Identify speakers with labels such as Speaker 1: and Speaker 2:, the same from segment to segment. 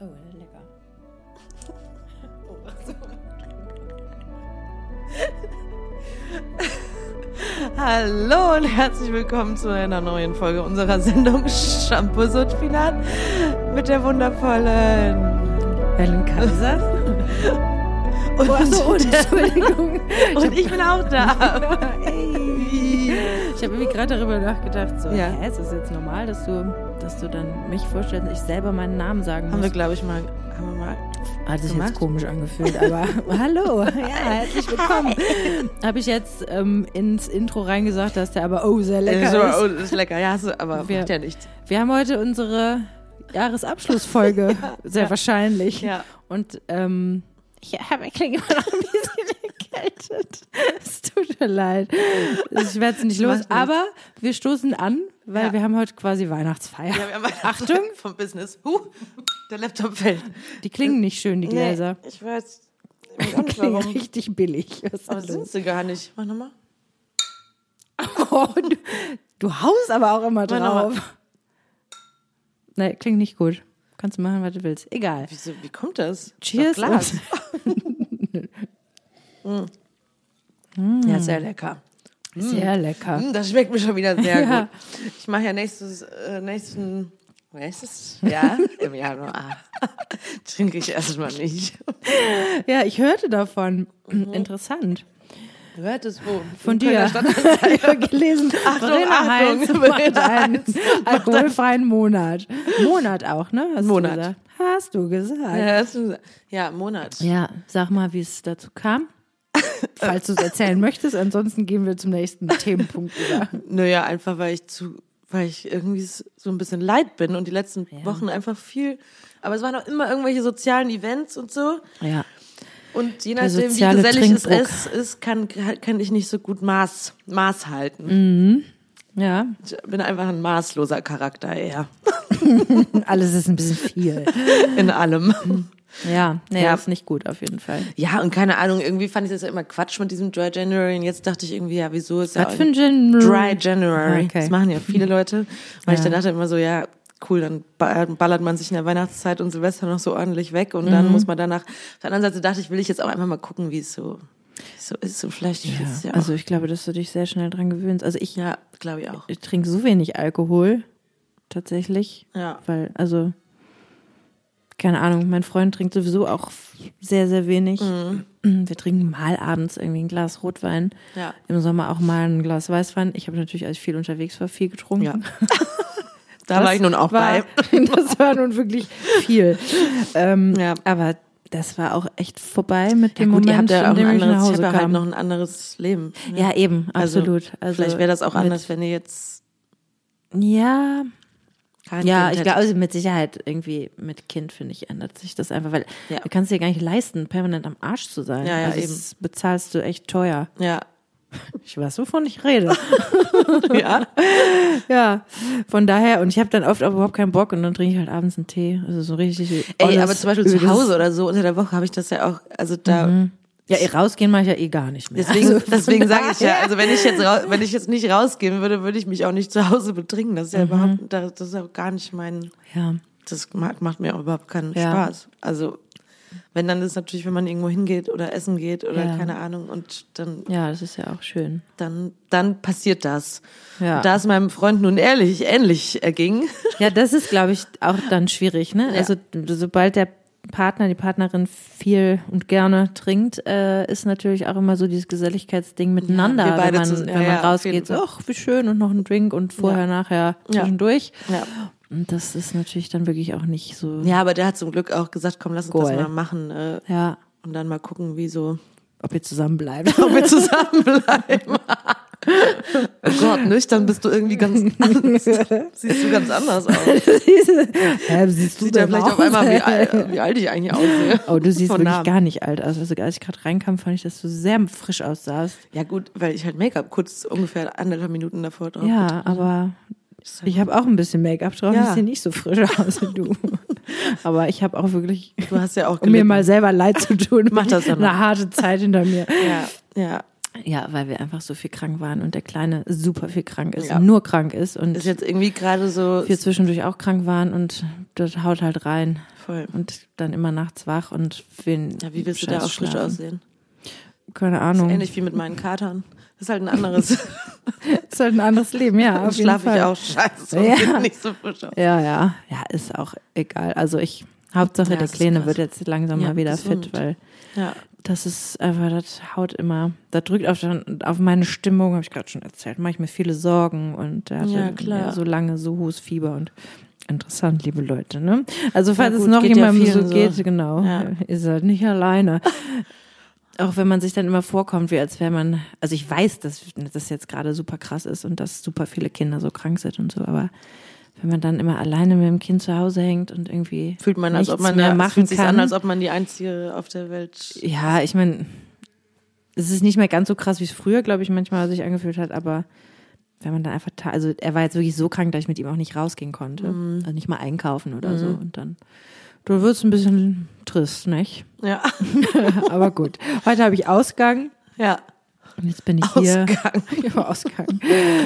Speaker 1: Oh, lecker.
Speaker 2: Oh, so. Hallo und herzlich willkommen zu einer neuen Folge unserer Sendung Shampoos und Spinat mit der wundervollen
Speaker 1: Helen Kaiser?
Speaker 2: und,
Speaker 1: Oh, achso, und, Entschuldigung.
Speaker 2: und ich bin auch da.
Speaker 1: Ich habe irgendwie gerade darüber nachgedacht, so,
Speaker 2: Ja.
Speaker 1: hä, ist das jetzt normal, dass du, dass du dann mich vorstellst und ich selber meinen Namen sagen
Speaker 2: haben wir
Speaker 1: muss?
Speaker 2: glaube ich mal, haben wir mal.
Speaker 1: Hat sich
Speaker 2: gemacht?
Speaker 1: jetzt komisch angefühlt, aber hallo, ja, herzlich willkommen. Habe ich jetzt ähm, ins Intro reingesagt, dass der aber oh sehr lecker
Speaker 2: Äh, so,
Speaker 1: ist.
Speaker 2: oh, das ist lecker, ja, so, aber
Speaker 1: Wir-
Speaker 2: macht ja nichts.
Speaker 1: Wir haben heute unsere Jahresabschlussfolge, sehr wahrscheinlich.
Speaker 2: Ja.
Speaker 1: Und ähm, ich habe klinge immer noch ein bisschen erkältet. Es tut mir leid. Ich werde es nicht
Speaker 2: Macht
Speaker 1: los.
Speaker 2: nichts.
Speaker 1: Aber wir stoßen an, weil
Speaker 2: Ja.
Speaker 1: wir haben heute quasi Weihnachtsfeier.
Speaker 2: Ja, wir haben eine
Speaker 1: Achtung,
Speaker 2: vom Business. Huh, der Laptop fällt.
Speaker 1: die klingen nicht schön, die Gläser.
Speaker 2: Nee, ich weiß. Ich weiß auch
Speaker 1: Die
Speaker 2: nicht
Speaker 1: klingen
Speaker 2: warum.
Speaker 1: richtig billig. Was ist
Speaker 2: Aber
Speaker 1: da
Speaker 2: sind sie gar nicht. Mach nochmal.
Speaker 1: los? oh, du, du haust aber auch immer
Speaker 2: Warte mal.
Speaker 1: drauf. Nee, klingt nicht gut. Kannst du machen, was du willst. Egal.
Speaker 2: Wieso, wie kommt das?
Speaker 1: Cheers.
Speaker 2: Ist doch Glas. Ja, sehr lecker. Hm.
Speaker 1: Sehr lecker.
Speaker 2: Mm, Das schmeckt mir schon wieder sehr
Speaker 1: Ja.
Speaker 2: gut. Ich mache ja nächstes, äh, nächsten, nächstes Jahr im Januar. Trinke ich erstmal nicht.
Speaker 1: Ja, ich hörte davon. Interessant.
Speaker 2: Hört es wo?
Speaker 1: Von
Speaker 2: In
Speaker 1: dir.
Speaker 2: Mhm. Kölner Stadt-
Speaker 1: Ich habe gelesen,
Speaker 2: Achtung,
Speaker 1: Verena
Speaker 2: Achtung,
Speaker 1: Heinz macht
Speaker 2: Verena
Speaker 1: einen
Speaker 2: Heinz
Speaker 1: alkoholfreien Monat. Monat auch, ne? Hast
Speaker 2: Monat.
Speaker 1: Du gesagt? Hast du gesagt.
Speaker 2: Ja, hast du gesagt. Ja, Monat.
Speaker 1: Ja, sag mal, wie es dazu kam. Falls du es erzählen möchtest, ansonsten gehen wir zum nächsten Themenpunkt über.
Speaker 2: Naja, einfach weil ich zu, weil ich irgendwie s- so ein bisschen leid bin und die letzten Wochen einfach viel. Aber es waren auch immer irgendwelche sozialen Events und so.
Speaker 1: Ja.
Speaker 2: Und je
Speaker 1: Der
Speaker 2: nachdem, wie
Speaker 1: soziale
Speaker 2: gesellig
Speaker 1: Trinkdruck.
Speaker 2: es ist, ist kann, kann ich nicht so gut Maß, Maß halten.
Speaker 1: Mhm. Ja,
Speaker 2: Ich bin einfach ein maßloser Charakter eher.
Speaker 1: alles ist ein bisschen viel.
Speaker 2: In
Speaker 1: Mhm.
Speaker 2: allem.
Speaker 1: Ja, nee,
Speaker 2: Ja.
Speaker 1: ist nicht gut auf jeden Fall.
Speaker 2: Ja, und keine Ahnung, irgendwie fand ich das ja immer Quatsch mit diesem Dry January. Und jetzt dachte ich irgendwie, ja, wieso ist ja
Speaker 1: Was
Speaker 2: auch-
Speaker 1: für ein Gin
Speaker 2: Dry January.
Speaker 1: Okay.
Speaker 2: Das machen ja viele Leute. Weil ich
Speaker 1: Ja.
Speaker 2: dann dachte immer so, ja, cool, dann ba- ballert man sich in der Weihnachtszeit und Silvester noch so ordentlich weg und
Speaker 1: Mhm.
Speaker 2: dann muss man danach. Auf der anderen Seite dachte ich, will ich jetzt auch einfach mal gucken, wie es so, so ist. Und vielleicht ja. ist es
Speaker 1: Ja,
Speaker 2: ja auch.
Speaker 1: also ich glaube, dass du dich sehr schnell dran gewöhnst. Also ich
Speaker 2: ja, glaube ich auch.
Speaker 1: ich trinke so wenig Alkohol tatsächlich,
Speaker 2: Ja.
Speaker 1: weil also keine Ahnung, mein Freund trinkt sowieso auch sehr sehr wenig.
Speaker 2: Mhm.
Speaker 1: Wir trinken mal abends irgendwie ein Glas Rotwein.
Speaker 2: Ja.
Speaker 1: Im Sommer auch mal ein Glas Weißwein. Ich habe natürlich, als ich viel unterwegs war, viel getrunken.
Speaker 2: Ja. Da war ich nun auch
Speaker 1: war,
Speaker 2: bei.
Speaker 1: Das war nun wirklich viel. Ähm,
Speaker 2: Ja.
Speaker 1: Aber das war auch echt vorbei mit
Speaker 2: Ja,
Speaker 1: dem
Speaker 2: gut, ihr habt
Speaker 1: Moment,
Speaker 2: ja auch
Speaker 1: in
Speaker 2: ein
Speaker 1: dem ich nach
Speaker 2: anderes, ich
Speaker 1: Hause
Speaker 2: habe ja halt
Speaker 1: kam.
Speaker 2: noch ein anderes Leben. ne?
Speaker 1: ja, eben,
Speaker 2: Also,
Speaker 1: absolut. Also,
Speaker 2: vielleicht wäre das auch
Speaker 1: mit-
Speaker 2: anders, wenn ihr jetzt
Speaker 1: Ja,
Speaker 2: kein
Speaker 1: Ja,
Speaker 2: Kind
Speaker 1: ich
Speaker 2: hättet.
Speaker 1: glaube, also mit Sicherheit irgendwie mit Kind, finde ich, ändert sich das einfach, weil
Speaker 2: Ja.
Speaker 1: du kannst dir gar nicht leisten, permanent am Arsch zu sein.
Speaker 2: Ja, ja,
Speaker 1: also Das bezahlst du echt teuer.
Speaker 2: Ja.
Speaker 1: Ich weiß, wovon ich rede.
Speaker 2: ja.
Speaker 1: ja, von daher, und ich habe dann oft auch überhaupt keinen Bock und dann trinke ich halt abends einen Tee. Also so richtig.
Speaker 2: Ey,
Speaker 1: honest,
Speaker 2: aber zum Beispiel zu
Speaker 1: ödes-
Speaker 2: Hause oder so unter der Woche habe ich das ja auch, also da,
Speaker 1: Ja, eh, rausgehen mache ich ja eh gar nicht mehr.
Speaker 2: Deswegen, deswegen sage ich ja,
Speaker 1: daher-
Speaker 2: also wenn ich jetzt rau- wenn ich jetzt nicht rausgehen würde, würde ich mich auch nicht zu Hause betrinken. Das ist
Speaker 1: Mhm.
Speaker 2: ja überhaupt, das das ist ja gar nicht mein,
Speaker 1: ja.
Speaker 2: das ma- macht mir auch überhaupt keinen
Speaker 1: Ja.
Speaker 2: Spaß. Also wenn dann ist natürlich, wenn man irgendwo hingeht oder essen geht oder
Speaker 1: Ja.
Speaker 2: keine Ahnung und dann
Speaker 1: ja, das ist ja auch schön.
Speaker 2: dann dann passiert das.
Speaker 1: Ja.
Speaker 2: Da es meinem Freund nun ehrlich ähnlich erging.
Speaker 1: Ja, das ist, glaube ich, auch dann schwierig, ne?
Speaker 2: Ja.
Speaker 1: Also sobald der Partner, die Partnerin viel und gerne trinkt, äh, ist natürlich auch immer so dieses Geselligkeitsding miteinander,
Speaker 2: wir beide
Speaker 1: wenn man,
Speaker 2: zusammen- ja,
Speaker 1: wenn man
Speaker 2: ja, auf jeden
Speaker 1: rausgeht,
Speaker 2: Fall.
Speaker 1: so, ach, wie schön und noch ein Drink und vorher,
Speaker 2: Ja.
Speaker 1: nachher
Speaker 2: Ja.
Speaker 1: zwischendurch.
Speaker 2: Ja.
Speaker 1: Und das ist natürlich dann wirklich auch nicht so,
Speaker 2: ja, aber der hat zum Glück auch gesagt, komm, lass uns
Speaker 1: Goal.
Speaker 2: das mal machen äh,
Speaker 1: ja,
Speaker 2: und dann mal gucken, wie so
Speaker 1: ob ihr zusammenbleibt.
Speaker 2: ob wir zusammenbleiben. oh Gott, nüchtern bist du irgendwie ganz anders. Siehst du ganz anders aus.
Speaker 1: Hä, siehst du
Speaker 2: Sieht ja
Speaker 1: denn
Speaker 2: vielleicht
Speaker 1: aus?
Speaker 2: auf einmal, wie, al- wie alt ich eigentlich aussehe.
Speaker 1: Oh, du siehst
Speaker 2: Von
Speaker 1: wirklich
Speaker 2: Namen.
Speaker 1: gar nicht alt aus. Also als ich gerade reinkam, fand ich, dass du sehr frisch aussahst.
Speaker 2: Ja gut, weil ich halt Make-up kurz ungefähr anderthalb Minuten davor drauf.
Speaker 1: Ja, aber
Speaker 2: Ist halt-
Speaker 1: ich habe auch ein bisschen Make-up drauf.
Speaker 2: Ja.
Speaker 1: Ich sehe nicht so frisch aus wie du. Aber ich habe auch wirklich,
Speaker 2: Du hast ja auch
Speaker 1: um mir
Speaker 2: gelitten.
Speaker 1: mal selber leid zu tun,
Speaker 2: Mach das doch mal.
Speaker 1: eine harte Zeit hinter mir.
Speaker 2: ja, ja.
Speaker 1: Ja, weil wir einfach so viel krank waren und der Kleine super viel krank ist
Speaker 2: Ja.
Speaker 1: und nur krank ist und
Speaker 2: Ist jetzt irgendwie gerade so
Speaker 1: wir zwischendurch auch krank waren und das haut halt rein
Speaker 2: voll.
Speaker 1: und dann immer nachts wach und will
Speaker 2: Ja, wie willst du da
Speaker 1: scheiß
Speaker 2: auch frisch
Speaker 1: schlafen.
Speaker 2: aussehen?
Speaker 1: Keine
Speaker 2: Ist
Speaker 1: Ahnung.
Speaker 2: ähnlich wie mit meinen Katern. Das ist halt ein anderes.
Speaker 1: Das ist halt ein anderes Leben, ja.
Speaker 2: Dann
Speaker 1: Auf jeden
Speaker 2: schlafe
Speaker 1: Fall.
Speaker 2: ich auch scheiße und
Speaker 1: Ja.
Speaker 2: sehe nicht so frisch aus.
Speaker 1: Ja, ja. Ja, ist auch egal. Also ich, Hauptsache
Speaker 2: Ja,
Speaker 1: der
Speaker 2: es ist
Speaker 1: Kleine
Speaker 2: krass.
Speaker 1: wird jetzt langsam
Speaker 2: Ja,
Speaker 1: mal wieder
Speaker 2: gesund.
Speaker 1: fit, weil
Speaker 2: Ja.
Speaker 1: das ist einfach, das haut immer, das drückt auf, den- auf meine Stimmung, habe ich gerade schon erzählt, mache ich mir viele Sorgen und der hatte
Speaker 2: Ja, klar.
Speaker 1: so lange so hohes Fieber und interessant, liebe Leute, ne? Also falls
Speaker 2: gut,
Speaker 1: es noch
Speaker 2: geht ja
Speaker 1: jemandem so
Speaker 2: vielen so.
Speaker 1: geht, genau,
Speaker 2: Ja.
Speaker 1: ihr seid nicht alleine. Auch wenn man sich dann immer vorkommt, wie als wäre man, also ich weiß, dass das jetzt gerade super krass ist und dass super viele Kinder so krank sind und so, aber wenn man dann immer alleine mit dem Kind zu Hause hängt und irgendwie
Speaker 2: Fühlt man, als
Speaker 1: nichts
Speaker 2: ob man
Speaker 1: mehr
Speaker 2: ja, es
Speaker 1: machen
Speaker 2: fühlt sich
Speaker 1: kann,
Speaker 2: an, als ob man die einzige auf der Welt.
Speaker 1: ja, ich meine, es ist nicht mehr ganz so krass, wie es früher, glaube ich, manchmal sich angefühlt hat, aber wenn man dann einfach, ta- also er war jetzt wirklich so krank, dass ich mit ihm auch nicht rausgehen konnte. Also nicht mal einkaufen oder so. Und dann, du wirst ein bisschen trist, nicht?
Speaker 2: Ja.
Speaker 1: aber gut. Heute habe ich Ausgang
Speaker 2: Ja.
Speaker 1: und jetzt bin ich hier.
Speaker 2: Ausgang.
Speaker 1: Ich war ausgegangen.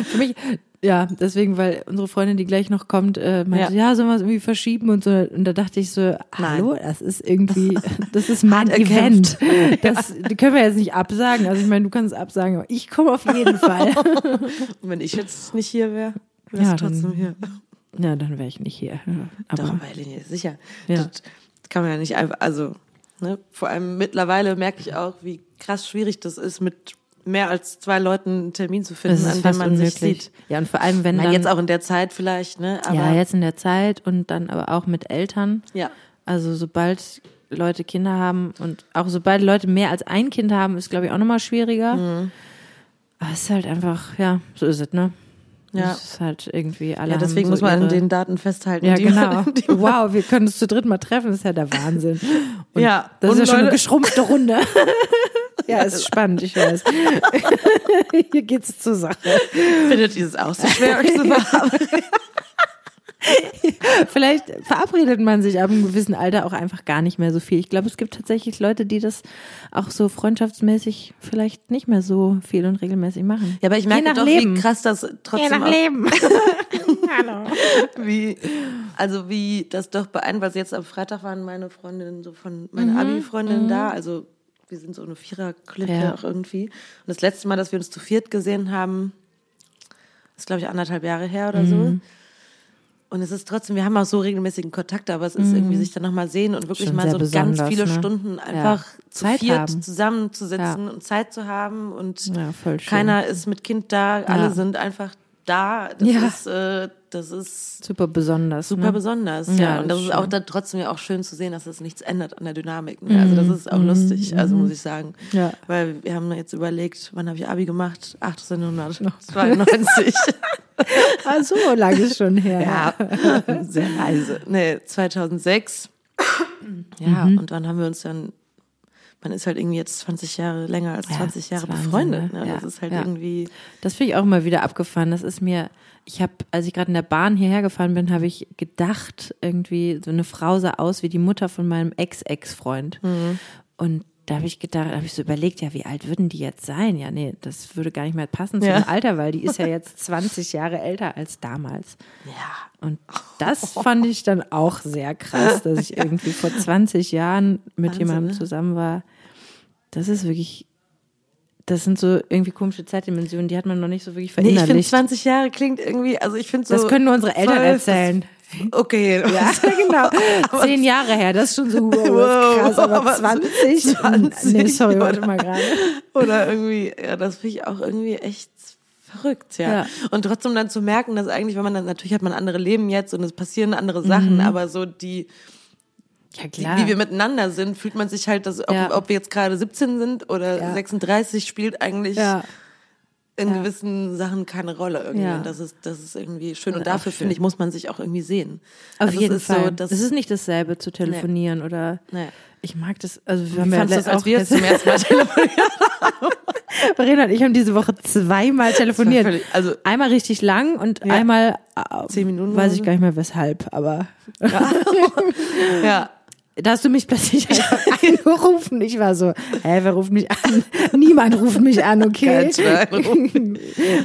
Speaker 1: Für mich, ja, deswegen, weil unsere Freundin, die gleich noch kommt, äh, meinte, ja, sollen wir es irgendwie verschieben und so. Und da dachte ich so, hallo, das ist irgendwie, das ist mein Event.
Speaker 2: erkämpft.
Speaker 1: Das die können wir jetzt nicht absagen. Also ich meine, du kannst es absagen, aber ich komme auf jeden Fall.
Speaker 2: Und wenn ich jetzt nicht hier wäre, wärst
Speaker 1: Ja,
Speaker 2: du trotzdem hier.
Speaker 1: ja, dann wäre ich nicht hier. Ja,
Speaker 2: Doch,
Speaker 1: Aber
Speaker 2: bei Linie, sicher.
Speaker 1: Ja.
Speaker 2: Das kann man ja nicht einfach, also, ne? vor allem mittlerweile merke ich auch, wie krass schwierig das ist, mit mehr als zwei Leuten einen Termin zu
Speaker 1: es
Speaker 2: finden,
Speaker 1: ist
Speaker 2: an dem
Speaker 1: fast
Speaker 2: man
Speaker 1: unmöglich.
Speaker 2: sich sieht.
Speaker 1: Ja, und vor allem, wenn
Speaker 2: Ich meine,
Speaker 1: dann,
Speaker 2: jetzt auch in der Zeit vielleicht, ne? Aber
Speaker 1: ja, jetzt in der Zeit und dann aber auch mit Eltern.
Speaker 2: ja.
Speaker 1: Also sobald Leute Kinder haben und auch sobald Leute mehr als ein Kind haben, ist glaube ich auch nochmal schwieriger.
Speaker 2: Mhm.
Speaker 1: Aber es ist halt einfach, ja, so ist es, ne?
Speaker 2: Ja.
Speaker 1: Es ist halt irgendwie alle.
Speaker 2: Ja, deswegen
Speaker 1: haben so
Speaker 2: muss man an
Speaker 1: ihre,
Speaker 2: den Daten festhalten.
Speaker 1: Ja,
Speaker 2: die
Speaker 1: genau.
Speaker 2: Man, die man,
Speaker 1: wow, wir können uns zu dritt mal treffen, das ist ja der Wahnsinn. Und
Speaker 2: Ja,
Speaker 1: Das
Speaker 2: und
Speaker 1: ist ja schon eine
Speaker 2: Leute-
Speaker 1: geschrumpfte Runde. ja, ist spannend, ich weiß. Hier geht's zur Sache.
Speaker 2: findet dieses auch so schwer, euch zu verarbeiten.
Speaker 1: Vielleicht verabredet man sich ab einem gewissen Alter auch einfach gar nicht mehr so viel. Ich glaube, es gibt tatsächlich Leute, die das auch so freundschaftsmäßig vielleicht nicht mehr so viel und regelmäßig machen.
Speaker 2: Ja, aber ich
Speaker 1: Je
Speaker 2: merke
Speaker 1: nach
Speaker 2: doch,
Speaker 1: Leben.
Speaker 2: wie krass das trotzdem auch
Speaker 1: Leben. Hallo.
Speaker 2: wie, also wie das doch beeinflusst. Jetzt am Freitag waren meine Freundinnen so von, meine
Speaker 1: Mhm.
Speaker 2: Abi-Freundin da, also wir sind so eine Vierer-Clique
Speaker 1: Ja.
Speaker 2: auch irgendwie. Und das letzte Mal, dass wir uns zu viert gesehen haben, ist glaube ich anderthalb Jahre her oder
Speaker 1: Mhm.
Speaker 2: so. Und es ist trotzdem, wir haben auch so regelmäßigen Kontakt, aber es ist irgendwie sich dann nochmal sehen und wirklich
Speaker 1: Mhm. Schon
Speaker 2: mal
Speaker 1: sehr
Speaker 2: so ganz
Speaker 1: besonders,
Speaker 2: viele
Speaker 1: ne?
Speaker 2: Stunden
Speaker 1: Ja.
Speaker 2: einfach zu
Speaker 1: Zeit
Speaker 2: viert
Speaker 1: haben.
Speaker 2: zusammenzusitzen und Zeit zu haben und
Speaker 1: Ja, voll schön.
Speaker 2: keiner ist mit Kind da, alle
Speaker 1: Ja.
Speaker 2: sind einfach da. Das
Speaker 1: Ja.
Speaker 2: ist, äh, das ist
Speaker 1: Super besonders.
Speaker 2: super
Speaker 1: ne?
Speaker 2: besonders.
Speaker 1: Ja,
Speaker 2: Ja,
Speaker 1: das
Speaker 2: und das
Speaker 1: ist
Speaker 2: ist auch
Speaker 1: schön.
Speaker 2: dann trotzdem ja auch schön zu sehen, dass das nichts ändert an der Dynamik. Ne? Also das ist auch lustig, also muss ich sagen.
Speaker 1: Mhm. Ja.
Speaker 2: Weil wir haben jetzt überlegt, wann habe ich Abi gemacht? 1892.
Speaker 1: Ah, so lange ist schon her.
Speaker 2: ja, sehr leise. Nee, 2006. Ja,
Speaker 1: Mhm.
Speaker 2: und dann haben wir uns dann man ist halt irgendwie jetzt 20 Jahre länger als
Speaker 1: Ja,
Speaker 2: 20 Jahre
Speaker 1: ist Wahnsinn,
Speaker 2: befreundet.
Speaker 1: ne?
Speaker 2: Ne?
Speaker 1: Ja,
Speaker 2: Das ist halt
Speaker 1: ja.
Speaker 2: irgendwie
Speaker 1: Das finde ich auch immer wieder abgefahren. Das ist mir, ich habe, als ich gerade in der Bahn hierher gefahren bin, habe ich gedacht, irgendwie, so eine Frau sah aus wie die Mutter von meinem Ex-Ex-Freund. Und da habe ich gedacht, habe ich so überlegt, ja, wie alt würden die jetzt sein? Ja, nee, das würde gar nicht mehr passen zum
Speaker 2: Ja.
Speaker 1: Alter, weil die ist ja jetzt 20 Jahre älter als damals.
Speaker 2: ja,
Speaker 1: Und das fand ich dann auch sehr krass, dass ich irgendwie vor 20 Jahren mit
Speaker 2: Wahnsinn,
Speaker 1: jemandem
Speaker 2: ne?
Speaker 1: zusammen war. Das ist wirklich, das sind so irgendwie komische Zeitdimensionen, die hat man noch nicht so wirklich
Speaker 2: Nee, ich finde
Speaker 1: verinnerlicht.
Speaker 2: 20 Jahre klingt irgendwie, also ich finde so.
Speaker 1: das können nur unsere Eltern
Speaker 2: zwölf bis-
Speaker 1: erzählen.
Speaker 2: Okay.
Speaker 1: Ja, genau. Zehn Jahre her, das ist schon so wow,
Speaker 2: Wow,
Speaker 1: krass, aber
Speaker 2: aber
Speaker 1: 20?
Speaker 2: 20,
Speaker 1: nee, sorry, warte
Speaker 2: oder?
Speaker 1: mal gerade.
Speaker 2: Oder irgendwie, ja, das finde ich auch irgendwie echt verrückt, ja.
Speaker 1: Ja.
Speaker 2: Und trotzdem dann zu merken, dass eigentlich, wenn man dann, natürlich hat man andere Leben jetzt und es passieren andere Sachen, aber so die,
Speaker 1: Ja,
Speaker 2: die
Speaker 1: Mhm. klar.
Speaker 2: wie wir miteinander sind, fühlt man sich halt, dass, ob,
Speaker 1: Ja.
Speaker 2: ob wir jetzt gerade 17 sind oder
Speaker 1: Ja.
Speaker 2: 36, spielt eigentlich
Speaker 1: ja.
Speaker 2: in
Speaker 1: ja.
Speaker 2: gewissen Sachen keine Rolle irgendwie.
Speaker 1: Ja.
Speaker 2: Und das ist, das ist irgendwie schön. Und
Speaker 1: auch
Speaker 2: dafür,
Speaker 1: schön.
Speaker 2: finde ich, muss man sich auch irgendwie sehen.
Speaker 1: Auf
Speaker 2: Also
Speaker 1: jeden
Speaker 2: es ist
Speaker 1: Fall.
Speaker 2: So, dass,
Speaker 1: es ist nicht dasselbe zu telefonieren oder.
Speaker 2: Nee.
Speaker 1: Ich mag das. Also wir
Speaker 2: wie
Speaker 1: haben ja
Speaker 2: fandst du das,
Speaker 1: le-
Speaker 2: als
Speaker 1: auch
Speaker 2: wir jetzt zum ersten Mal telefoniert
Speaker 1: Verena und ich haben diese Woche zweimal telefoniert.
Speaker 2: völlig- also-
Speaker 1: einmal richtig lang und einmal äh,
Speaker 2: Zehn Minuten
Speaker 1: Weiß
Speaker 2: oder
Speaker 1: ich
Speaker 2: so.
Speaker 1: gar nicht mehr weshalb, aber
Speaker 2: haben? ja.
Speaker 1: da hast du mich plötzlich einfach angerufen. Ich war so, hä, wer ruft mich an? Niemand ruft mich an, okay? ne?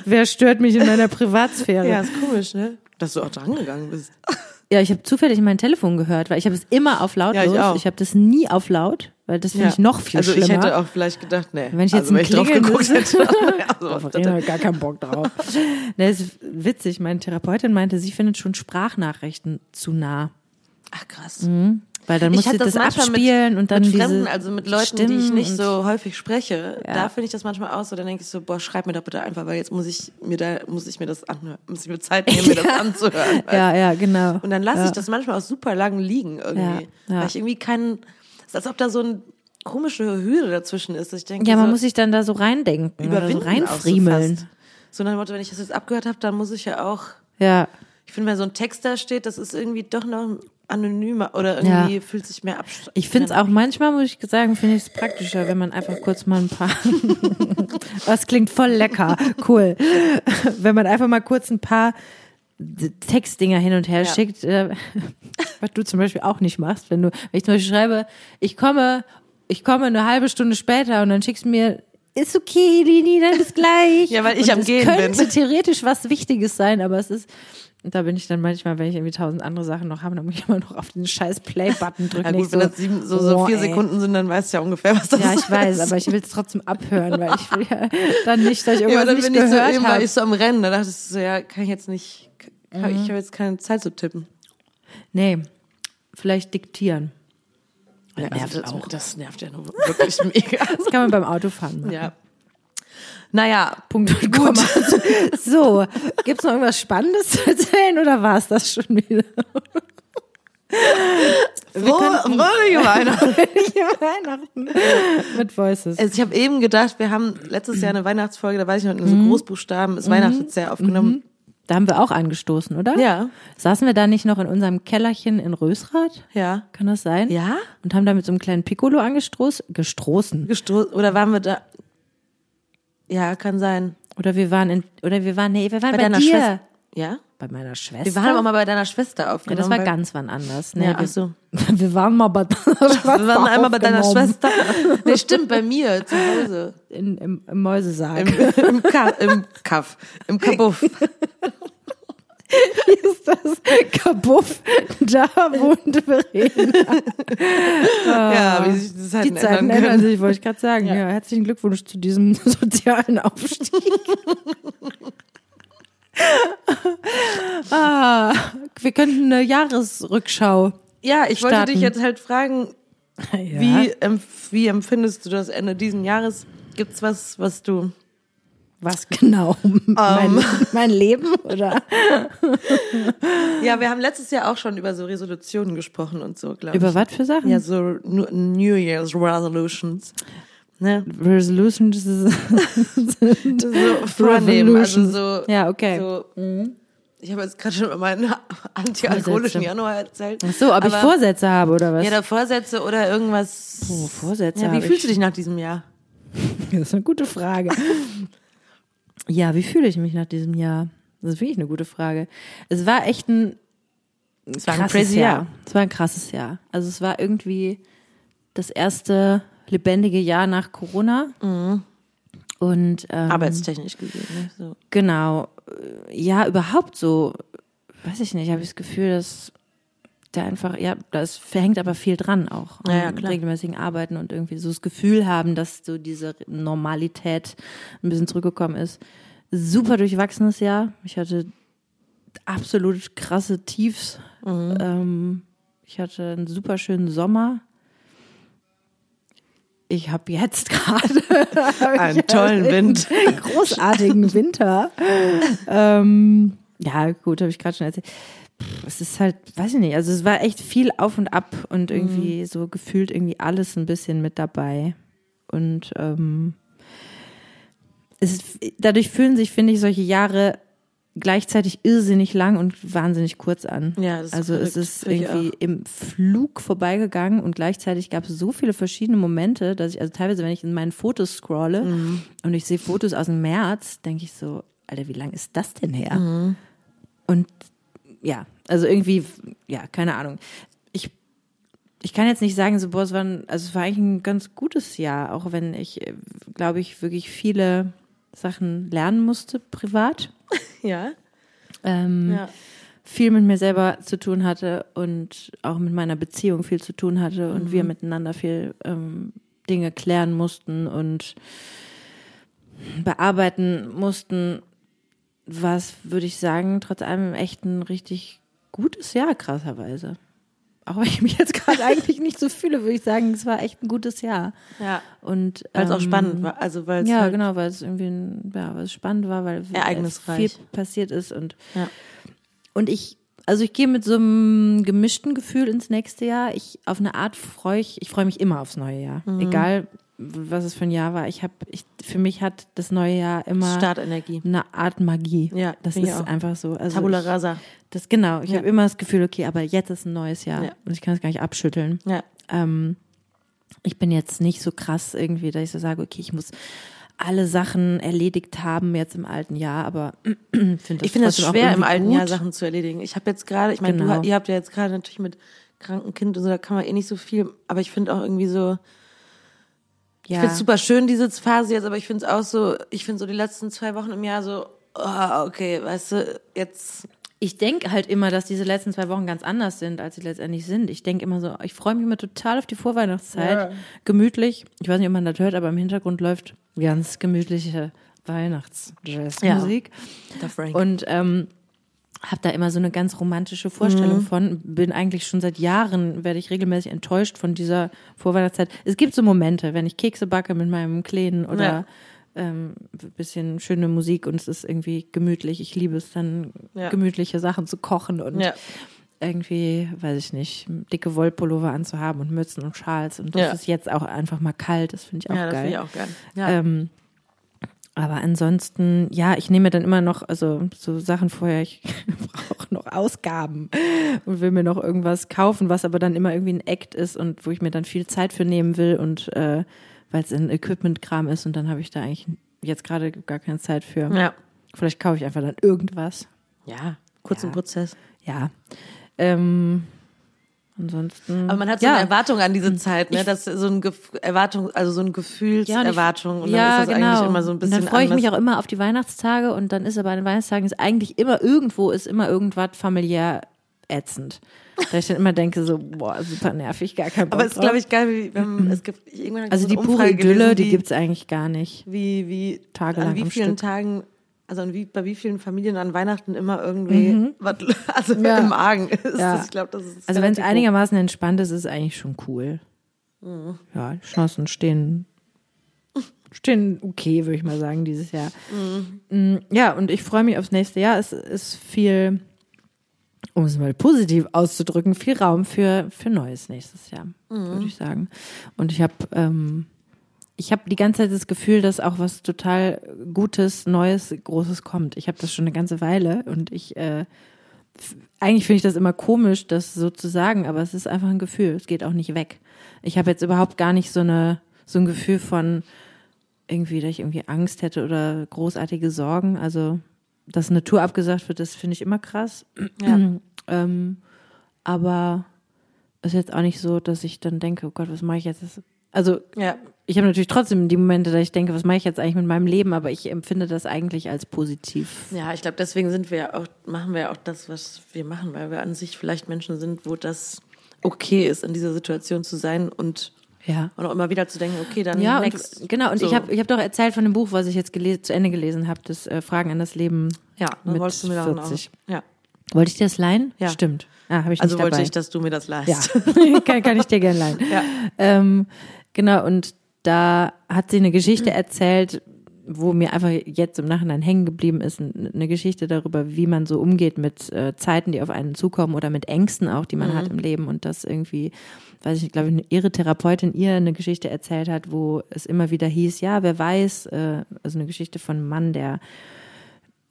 Speaker 1: wer stört mich in meiner Privatsphäre?
Speaker 2: Ja, ist komisch, ne? Dass du auch drangegangen bist.
Speaker 1: Ja, ich habe zufällig mein Telefon gehört, weil ich habe es immer auf lautlos.
Speaker 2: Ja, ich auch.
Speaker 1: ich habe das nie auf laut, weil das finde
Speaker 2: Ja.
Speaker 1: ich noch viel
Speaker 2: also
Speaker 1: schlimmer.
Speaker 2: ich hätte auch vielleicht gedacht, nee.
Speaker 1: Wenn ich jetzt
Speaker 2: also, wenn ich drauf
Speaker 1: ein
Speaker 2: geguckt
Speaker 1: Klingeln-
Speaker 2: hätte. also,
Speaker 1: Auf Arena gar keinen Bock drauf. das ist witzig. Meine Therapeutin meinte, sie findet schon Sprachnachrichten zu nah.
Speaker 2: ach krass.
Speaker 1: Weil Mhm, dann
Speaker 2: Ich
Speaker 1: muss
Speaker 2: hab
Speaker 1: sie das,
Speaker 2: manchmal mit-
Speaker 1: abspielen und dann
Speaker 2: mit
Speaker 1: diese
Speaker 2: Fremden, also mit Leuten, die
Speaker 1: Stimmen
Speaker 2: ich nicht
Speaker 1: und-
Speaker 2: so häufig spreche,
Speaker 1: Ja.
Speaker 2: da finde ich das manchmal aus. So, dann denke ich so, boah, schreib mir doch bitte einfach, weil jetzt muss ich mir da muss ich mir das anhören, muss ich mir Zeit nehmen, mir das anzuhören.
Speaker 1: Ja, ja, genau.
Speaker 2: Und dann lasse
Speaker 1: ja.
Speaker 2: ich das manchmal auch super lang liegen irgendwie,
Speaker 1: Ja, ja.
Speaker 2: weil ich irgendwie keinen, es ist als ob da so eine komische Hürde dazwischen ist. dass Ich denke,
Speaker 1: Ja, man
Speaker 2: so,
Speaker 1: muss sich dann da so reindenken, oder so
Speaker 2: überwinden auch so,
Speaker 1: reinfriemeln.
Speaker 2: fast. so nach dem Motto, wenn ich das jetzt abgehört habe, dann muss ich ja auch
Speaker 1: Ja,
Speaker 2: ich finde, wenn so ein Text da steht, das ist irgendwie doch noch anonymer oder irgendwie fühlt sich mehr ab.
Speaker 1: ich finde es auch manchmal, muss ich sagen, finde ich es praktischer, wenn man einfach kurz mal ein paar. das klingt voll lecker, cool. wenn man einfach mal kurz ein paar D- Textdinger hin und her
Speaker 2: Ja.
Speaker 1: schickt, äh, was du zum Beispiel auch nicht machst, wenn du, wenn ich zum Beispiel schreibe, ich komme, ich komme eine halbe Stunde später und dann schickst du mir ist okay, Lini, dann bis gleich.
Speaker 2: Ja, weil ich
Speaker 1: und
Speaker 2: am
Speaker 1: es
Speaker 2: Gehen
Speaker 1: könnte
Speaker 2: bin.
Speaker 1: theoretisch was Wichtiges sein, aber es ist, und da bin ich dann manchmal, wenn ich irgendwie tausend andere Sachen noch habe, dann muss ich immer noch auf den scheiß Play-Button drücken.
Speaker 2: Ja gut,
Speaker 1: Denk
Speaker 2: wenn das sieben, so, so
Speaker 1: boah,
Speaker 2: vier
Speaker 1: ey.
Speaker 2: Sekunden sind, dann weißt du ja ungefähr, was das
Speaker 1: Ja,
Speaker 2: ist.
Speaker 1: ich weiß, aber ich will es trotzdem abhören, weil ich will ja dann nicht, dass ich
Speaker 2: ja, aber
Speaker 1: irgendwas nicht
Speaker 2: dann bin ich so,
Speaker 1: gehört
Speaker 2: eben war
Speaker 1: habe.
Speaker 2: ich so am Rennen, da dachte ich so, ja, kann ich jetzt nicht, kann,
Speaker 1: Mhm.
Speaker 2: ich habe jetzt keine Zeit zu tippen.
Speaker 1: Nee, vielleicht diktieren.
Speaker 2: Ja,
Speaker 1: nervt
Speaker 2: Also das,
Speaker 1: auch.
Speaker 2: das nervt ja nur wirklich mega.
Speaker 1: Das kann man beim Autofahren machen.
Speaker 2: ja. Naja,
Speaker 1: Punkt und Komma. So, gibt's noch irgendwas Spannendes zu erzählen oder war's das schon wieder?
Speaker 2: frohe, fröhliche Weihnachten.
Speaker 1: Weihnachten mit Voices.
Speaker 2: Also ich habe eben gedacht, wir haben letztes Jahr eine Weihnachtsfolge, da weiß ich noch, in so Großbuchstaben ist Weihnachten sehr aufgenommen.
Speaker 1: Da haben wir auch angestoßen, oder?
Speaker 2: Mhm. Ja,
Speaker 1: Saßen wir da nicht noch in unserem Kellerchen in Rösrath?
Speaker 2: ja.
Speaker 1: Kann das sein?
Speaker 2: Ja?
Speaker 1: Und haben da mit so einem kleinen Piccolo angestroß, gestroßen.
Speaker 2: gestoßen oder waren wir da? Ja, kann sein.
Speaker 1: Oder wir waren in, oder wir waren, nee, wir waren bei,
Speaker 2: deiner
Speaker 1: dir.
Speaker 2: Schwester. Ja?
Speaker 1: Bei meiner Schwester.
Speaker 2: Wir waren auch mal bei deiner Schwester
Speaker 1: ja,
Speaker 2: aufgenommen.
Speaker 1: das war
Speaker 2: weil-
Speaker 1: ganz wann anders. Nee,
Speaker 2: Ja, ach
Speaker 1: wir,
Speaker 2: so.
Speaker 1: wir waren mal bei deiner Schwester.
Speaker 2: Wir waren einmal bei deiner
Speaker 1: aufgenommen.
Speaker 2: Schwester. Nee, stimmt, bei mir zu Hause.
Speaker 1: In, im, im Mäusesaal.
Speaker 2: Im, im, Ka im Kaff. Im Kabuff.
Speaker 1: ist das Kabuff, da wohnt Verena.
Speaker 2: Ja, wie sich die
Speaker 1: Die
Speaker 2: Zeiten,
Speaker 1: Zeiten
Speaker 2: ändern
Speaker 1: ändern
Speaker 2: können.
Speaker 1: sich, wollte Also, ich gerade sagen. Ja. herzlichen Glückwunsch zu diesem sozialen Aufstieg. ah, wir könnten eine Jahresrückschau.
Speaker 2: Ja, ich wollte
Speaker 1: starten.
Speaker 2: dich jetzt halt fragen, wie, empf wie empfindest du das Ende diesen Jahres? Gibt's was, was du
Speaker 1: was genau? Mein, mein Leben oder
Speaker 2: Ja, wir haben letztes Jahr auch schon über so Resolutionen gesprochen und so, glaube ich.
Speaker 1: über was für Sachen?
Speaker 2: Ja, so New New Year's Resolutions. Ne?
Speaker 1: Resolutions.
Speaker 2: So vornehmen, also
Speaker 1: Revolutions.
Speaker 2: so.
Speaker 1: Ja, okay. Mhm.
Speaker 2: So, Ich habe jetzt gerade schon über meinen antialkoholischen
Speaker 1: Vorsätze.
Speaker 2: Januar erzählt.
Speaker 1: Ach so, ob ich Vorsätze habe oder was?
Speaker 2: Ja, da Vorsätze oder irgendwas.
Speaker 1: Oh, Vorsätze
Speaker 2: Ja, wie
Speaker 1: habe
Speaker 2: fühlst
Speaker 1: ich.
Speaker 2: du dich nach diesem Jahr?
Speaker 1: Das ist eine gute Frage. ja, wie fühle ich mich nach diesem Jahr? Das ist wirklich eine gute Frage. Es war echt ein,
Speaker 2: Es
Speaker 1: krasses Jahr. Es war ein krasses Jahr. Also es war irgendwie das erste lebendige Jahr nach Corona. Und ähm,
Speaker 2: Arbeitstechnisch gesehen. Ne? So.
Speaker 1: Genau. Äh, Ja, überhaupt so, weiß ich nicht, habe ich das Gefühl, dass da einfach, ja, da ist- hängt aber viel dran auch.
Speaker 2: Ja, ja,
Speaker 1: An
Speaker 2: klar.
Speaker 1: Regelmäßigen Arbeiten und irgendwie so das Gefühl haben, dass so diese Normalität ein bisschen zurückgekommen ist. Super durchwachsenes Jahr. Ich hatte absolut krasse Tiefs.
Speaker 2: Mhm.
Speaker 1: Ähm, ich hatte einen super schönen Sommer. Ich habe jetzt gerade
Speaker 2: Einen tollen Wind.
Speaker 1: großartigen Winter. ähm, ja, gut, habe ich gerade schon erzählt. Pff, Es ist halt, weiß ich nicht, also es war echt viel auf und ab und
Speaker 2: Mhm.
Speaker 1: irgendwie so gefühlt irgendwie alles ein bisschen mit dabei. Und ähm, es ist, dadurch fühlen sich, finde ich, solche Jahre gleichzeitig irrsinnig lang und wahnsinnig kurz an.
Speaker 2: Ja, das ist
Speaker 1: also es
Speaker 2: verrückt,
Speaker 1: ist
Speaker 2: finde ich
Speaker 1: irgendwie im Flug vorbeigegangen und gleichzeitig gab es so viele verschiedene Momente, dass ich, also teilweise, wenn ich in meinen Fotos scrolle
Speaker 2: Mhm.
Speaker 1: und ich sehe Fotos aus dem März, denke ich so, Alter, wie lang ist das denn her?
Speaker 2: Mhm.
Speaker 1: Und ja, also irgendwie, ja, keine Ahnung. Ich ich kann jetzt nicht sagen, so, boah, es war, ein, also es war eigentlich ein ganz gutes Jahr, auch wenn ich, äh, glaube ich, wirklich viele Sachen lernen musste, privat.
Speaker 2: Ja.
Speaker 1: Ähm,
Speaker 2: Ja.
Speaker 1: viel mit mir selber zu tun hatte und auch mit meiner Beziehung viel zu tun hatte und
Speaker 2: Mhm.
Speaker 1: wir miteinander viel ähm, Dinge klären mussten und bearbeiten mussten, was würde ich sagen, trotz allem echt ein richtig gutes Jahr, krasserweise. Auch wenn ich mich jetzt gerade eigentlich nicht so fühle, würde ich sagen, es war echt ein gutes Jahr.
Speaker 2: Ja.
Speaker 1: Und
Speaker 2: Weil es auch
Speaker 1: ähm,
Speaker 2: spannend war. Also, weil es
Speaker 1: ja,
Speaker 2: halt,
Speaker 1: genau, weil es irgendwie ein, ja, weil es spannend war, weil viel
Speaker 2: Ereignisreich.
Speaker 1: passiert ist und
Speaker 2: Ja.
Speaker 1: und ich also ich gehe mit so einem gemischten Gefühl ins nächste Jahr. Ich auf eine Art freue ich, ich freue mich immer aufs neue Jahr,
Speaker 2: Mhm.
Speaker 1: egal was es für ein Jahr war. Ich habe ich für mich hat das neue Jahr immer
Speaker 2: Startenergie.
Speaker 1: eine Art Magie.
Speaker 2: Ja,
Speaker 1: das
Speaker 2: finde
Speaker 1: ist
Speaker 2: ich auch.
Speaker 1: einfach so. Also
Speaker 2: Tabula
Speaker 1: ich-
Speaker 2: rasa.
Speaker 1: Das genau. Ich
Speaker 2: Ja.
Speaker 1: habe immer das Gefühl, okay, aber jetzt ist ein neues Jahr
Speaker 2: Ja.
Speaker 1: und ich kann es gar nicht abschütteln
Speaker 2: Ja.
Speaker 1: ähm, ich bin jetzt nicht so krass irgendwie, dass ich so sage, okay, ich muss alle Sachen erledigt haben jetzt im alten Jahr, aber find
Speaker 2: Ich finde das
Speaker 1: trotzdem auch
Speaker 2: schwer, im
Speaker 1: irgendwie
Speaker 2: alten
Speaker 1: gut.
Speaker 2: Jahr Sachen zu erledigen. Ich habe jetzt gerade, ich meine,
Speaker 1: Genau.
Speaker 2: du, ihr habt ja jetzt gerade natürlich mit kranken Kind und so, da kann man eh nicht so viel, aber ich finde auch irgendwie so,
Speaker 1: Ja.
Speaker 2: ich finde es super schön, diese Phase jetzt, aber ich finde es auch so, ich finde so die letzten zwei Wochen im Jahr so, oh, okay, weißt du, jetzt,
Speaker 1: Ich denke halt immer, dass diese letzten zwei Wochen ganz anders sind, als sie letztendlich sind. Ich denke immer so, ich freue mich immer total auf die Vorweihnachtszeit. Gemütlich. Ich weiß nicht, ob man das hört, aber im Hintergrund läuft ganz gemütliche Weihnachtsjazzmusik.
Speaker 2: der Frank.
Speaker 1: Und ähm, habe da immer so eine ganz romantische Vorstellung
Speaker 2: Mhm.
Speaker 1: von. Bin eigentlich schon seit Jahren, werde ich regelmäßig enttäuscht von dieser Vorweihnachtszeit. Es gibt so Momente, wenn ich Kekse backe mit meinem Kleinen oder
Speaker 2: Ja.
Speaker 1: ähm, ein bisschen schöne Musik und es ist irgendwie gemütlich. Ich liebe es dann,
Speaker 2: Ja.
Speaker 1: gemütliche Sachen zu kochen und
Speaker 2: Ja.
Speaker 1: irgendwie, weiß ich nicht, dicke Wollpullover anzuhaben und Mützen und Schals. Und das
Speaker 2: Ja.
Speaker 1: ist jetzt auch einfach mal kalt. Das finde ich auch
Speaker 2: ja, das
Speaker 1: geil.
Speaker 2: finde ich auch geil. Ja.
Speaker 1: Ähm, aber ansonsten, ja, ich nehme mir dann immer noch, also so Sachen vorher, ich brauche noch Ausgaben und will mir noch irgendwas kaufen, was aber dann immer irgendwie ein Act ist und wo ich mir dann viel Zeit für nehmen will und äh, weil es in Equipment-Kram ist und dann habe ich da eigentlich jetzt gerade gar keine Zeit für.
Speaker 2: ja.
Speaker 1: Vielleicht kaufe ich einfach dann irgendwas.
Speaker 2: Ja, kurz
Speaker 1: Ähm, Ja.
Speaker 2: im Prozess.
Speaker 1: Ja. Ähm, ansonsten.
Speaker 2: Aber man hat so
Speaker 1: ja.
Speaker 2: eine Erwartung an diese Zeit, ne? Dass so ein Gef Erwartung, also so ein
Speaker 1: und ich-
Speaker 2: Gefühlserwartung und, dann ist das
Speaker 1: genau.
Speaker 2: eigentlich immer so ein bisschen
Speaker 1: Und dann freue ich
Speaker 2: anders.
Speaker 1: mich auch immer auf die Weihnachtstage und dann ist aber an den Weihnachtstagen ist eigentlich immer irgendwo ist immer irgendwas familiär ätzend. Da ich dann immer denke so boah super nervig gar kein Bock
Speaker 2: Aber es ist,
Speaker 1: drauf.
Speaker 2: glaube ich, geil, wie, wenn, es gibt ich irgendwann hab ich
Speaker 1: also
Speaker 2: so
Speaker 1: die
Speaker 2: eine
Speaker 1: pure
Speaker 2: Umfrage
Speaker 1: Idylle,
Speaker 2: gelesen,
Speaker 1: die
Speaker 2: wie-
Speaker 1: gibt's eigentlich gar nicht.
Speaker 2: Wie, wie,
Speaker 1: Tagelang
Speaker 2: an wie
Speaker 1: am
Speaker 2: vielen
Speaker 1: Stück.
Speaker 2: Tagen, also an wie, bei wie vielen Familien an Weihnachten immer irgendwie was also
Speaker 1: Mhm. Ja.
Speaker 2: im Argen ist.
Speaker 1: Ja.
Speaker 2: Das, ich glaube, das ist.
Speaker 1: Also wenn es
Speaker 2: relativ
Speaker 1: einigermaßen entspannt ist, ist es eigentlich schon cool. Ja, die Chancen stehen stehen okay, würde ich mal sagen, dieses Jahr. Mm, Ja, und ich freue mich aufs nächste Jahr. Es ist viel, um es mal positiv auszudrücken, viel Raum für, für Neues nächstes Jahr, würde ich sagen. Und ich habe ähm, ich habe die ganze Zeit das Gefühl, dass auch was total Gutes, Neues, Großes kommt. Ich habe das schon eine ganze Weile und ich äh, eigentlich finde ich das immer komisch, das so zu sagen, aber es ist einfach ein Gefühl. Es geht auch nicht weg. Ich habe jetzt überhaupt gar nicht so eine so ein Gefühl von irgendwie, dass ich irgendwie Angst hätte oder großartige Sorgen. Also, dass eine Tour abgesagt wird, das finde ich immer krass.
Speaker 2: Ja.
Speaker 1: ähm, aber es ist jetzt auch nicht so, dass ich dann denke, oh Gott, was mache ich jetzt? Das- Also
Speaker 2: Ja.
Speaker 1: ich habe natürlich trotzdem die Momente, dass ich denke, was mache ich jetzt eigentlich mit meinem Leben, aber ich empfinde das eigentlich als positiv.
Speaker 2: Ja, ich glaube, deswegen sind wir ja auch, machen wir ja auch das, was wir machen, weil wir an sich vielleicht Menschen sind, wo das okay ist, in dieser Situation zu sein und,
Speaker 1: Ja.
Speaker 2: und auch immer wieder zu denken, okay, dann
Speaker 1: Ja,
Speaker 2: next.
Speaker 1: und, genau. Und
Speaker 2: So.
Speaker 1: ich habe ich hab doch erzählt von dem Buch, was ich jetzt gele- zu Ende gelesen habe, das äh, Fragen an das Leben.
Speaker 2: ja, dann
Speaker 1: mit
Speaker 2: wolltest du mir dann
Speaker 1: 40.
Speaker 2: auch. Ja.
Speaker 1: Wollte ich dir das leihen?
Speaker 2: Ja.
Speaker 1: Stimmt. Ah, habe ich
Speaker 2: Also
Speaker 1: nicht dabei.
Speaker 2: wollte ich, dass du mir das
Speaker 1: Ja,
Speaker 2: leist.
Speaker 1: kann, kann ich dir gerne leihen.
Speaker 2: Ja.
Speaker 1: Ähm, genau, und da hat sie eine Geschichte erzählt, wo mir einfach jetzt im Nachhinein hängen geblieben ist, n- eine Geschichte darüber, wie man so umgeht mit äh, Zeiten, die auf einen zukommen oder mit Ängsten auch, die man hat im Leben und das irgendwie, weiß ich, glaube ich, ihre Therapeutin ihr eine Geschichte erzählt hat, wo es immer wieder hieß, ja, wer weiß, äh, also eine Geschichte von einem Mann, der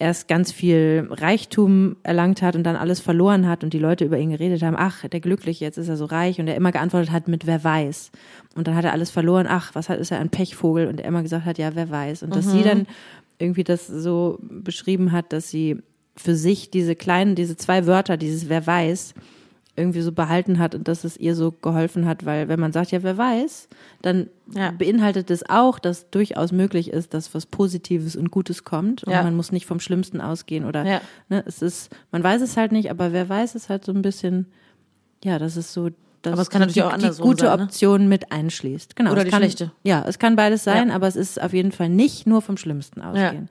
Speaker 1: erst ganz viel Reichtum erlangt hat und dann alles verloren hat und die Leute über ihn geredet haben, ach, der Glückliche, jetzt ist er so reich und er immer geantwortet hat mit wer weiß. Und dann hat er alles verloren, ach, was hat, ist er ein Pechvogel und er immer gesagt hat, ja, wer weiß. Und dass sie dann irgendwie das so beschrieben hat, dass sie für sich diese kleinen, diese zwei Wörter, dieses wer weiß, irgendwie so behalten hat und dass es ihr so geholfen hat, weil wenn man sagt, ja, wer weiß, dann
Speaker 2: Ja.
Speaker 1: beinhaltet es auch, dass durchaus möglich ist, dass was Positives und Gutes kommt und
Speaker 2: Ja.
Speaker 1: man muss nicht vom Schlimmsten ausgehen oder
Speaker 2: Ja.
Speaker 1: ne, es ist, man weiß es halt nicht, aber wer weiß es halt so ein bisschen, ja, das ist so, dass
Speaker 2: Aber es kann
Speaker 1: die,
Speaker 2: natürlich auch
Speaker 1: die- die
Speaker 2: andersrum
Speaker 1: gute
Speaker 2: sein, ne?
Speaker 1: Option mit einschließt. Genau.
Speaker 2: Oder
Speaker 1: es
Speaker 2: die
Speaker 1: kann,
Speaker 2: schlechte.
Speaker 1: Ja, es kann beides sein, aber es ist auf jeden Fall nicht nur vom Schlimmsten ausgehen.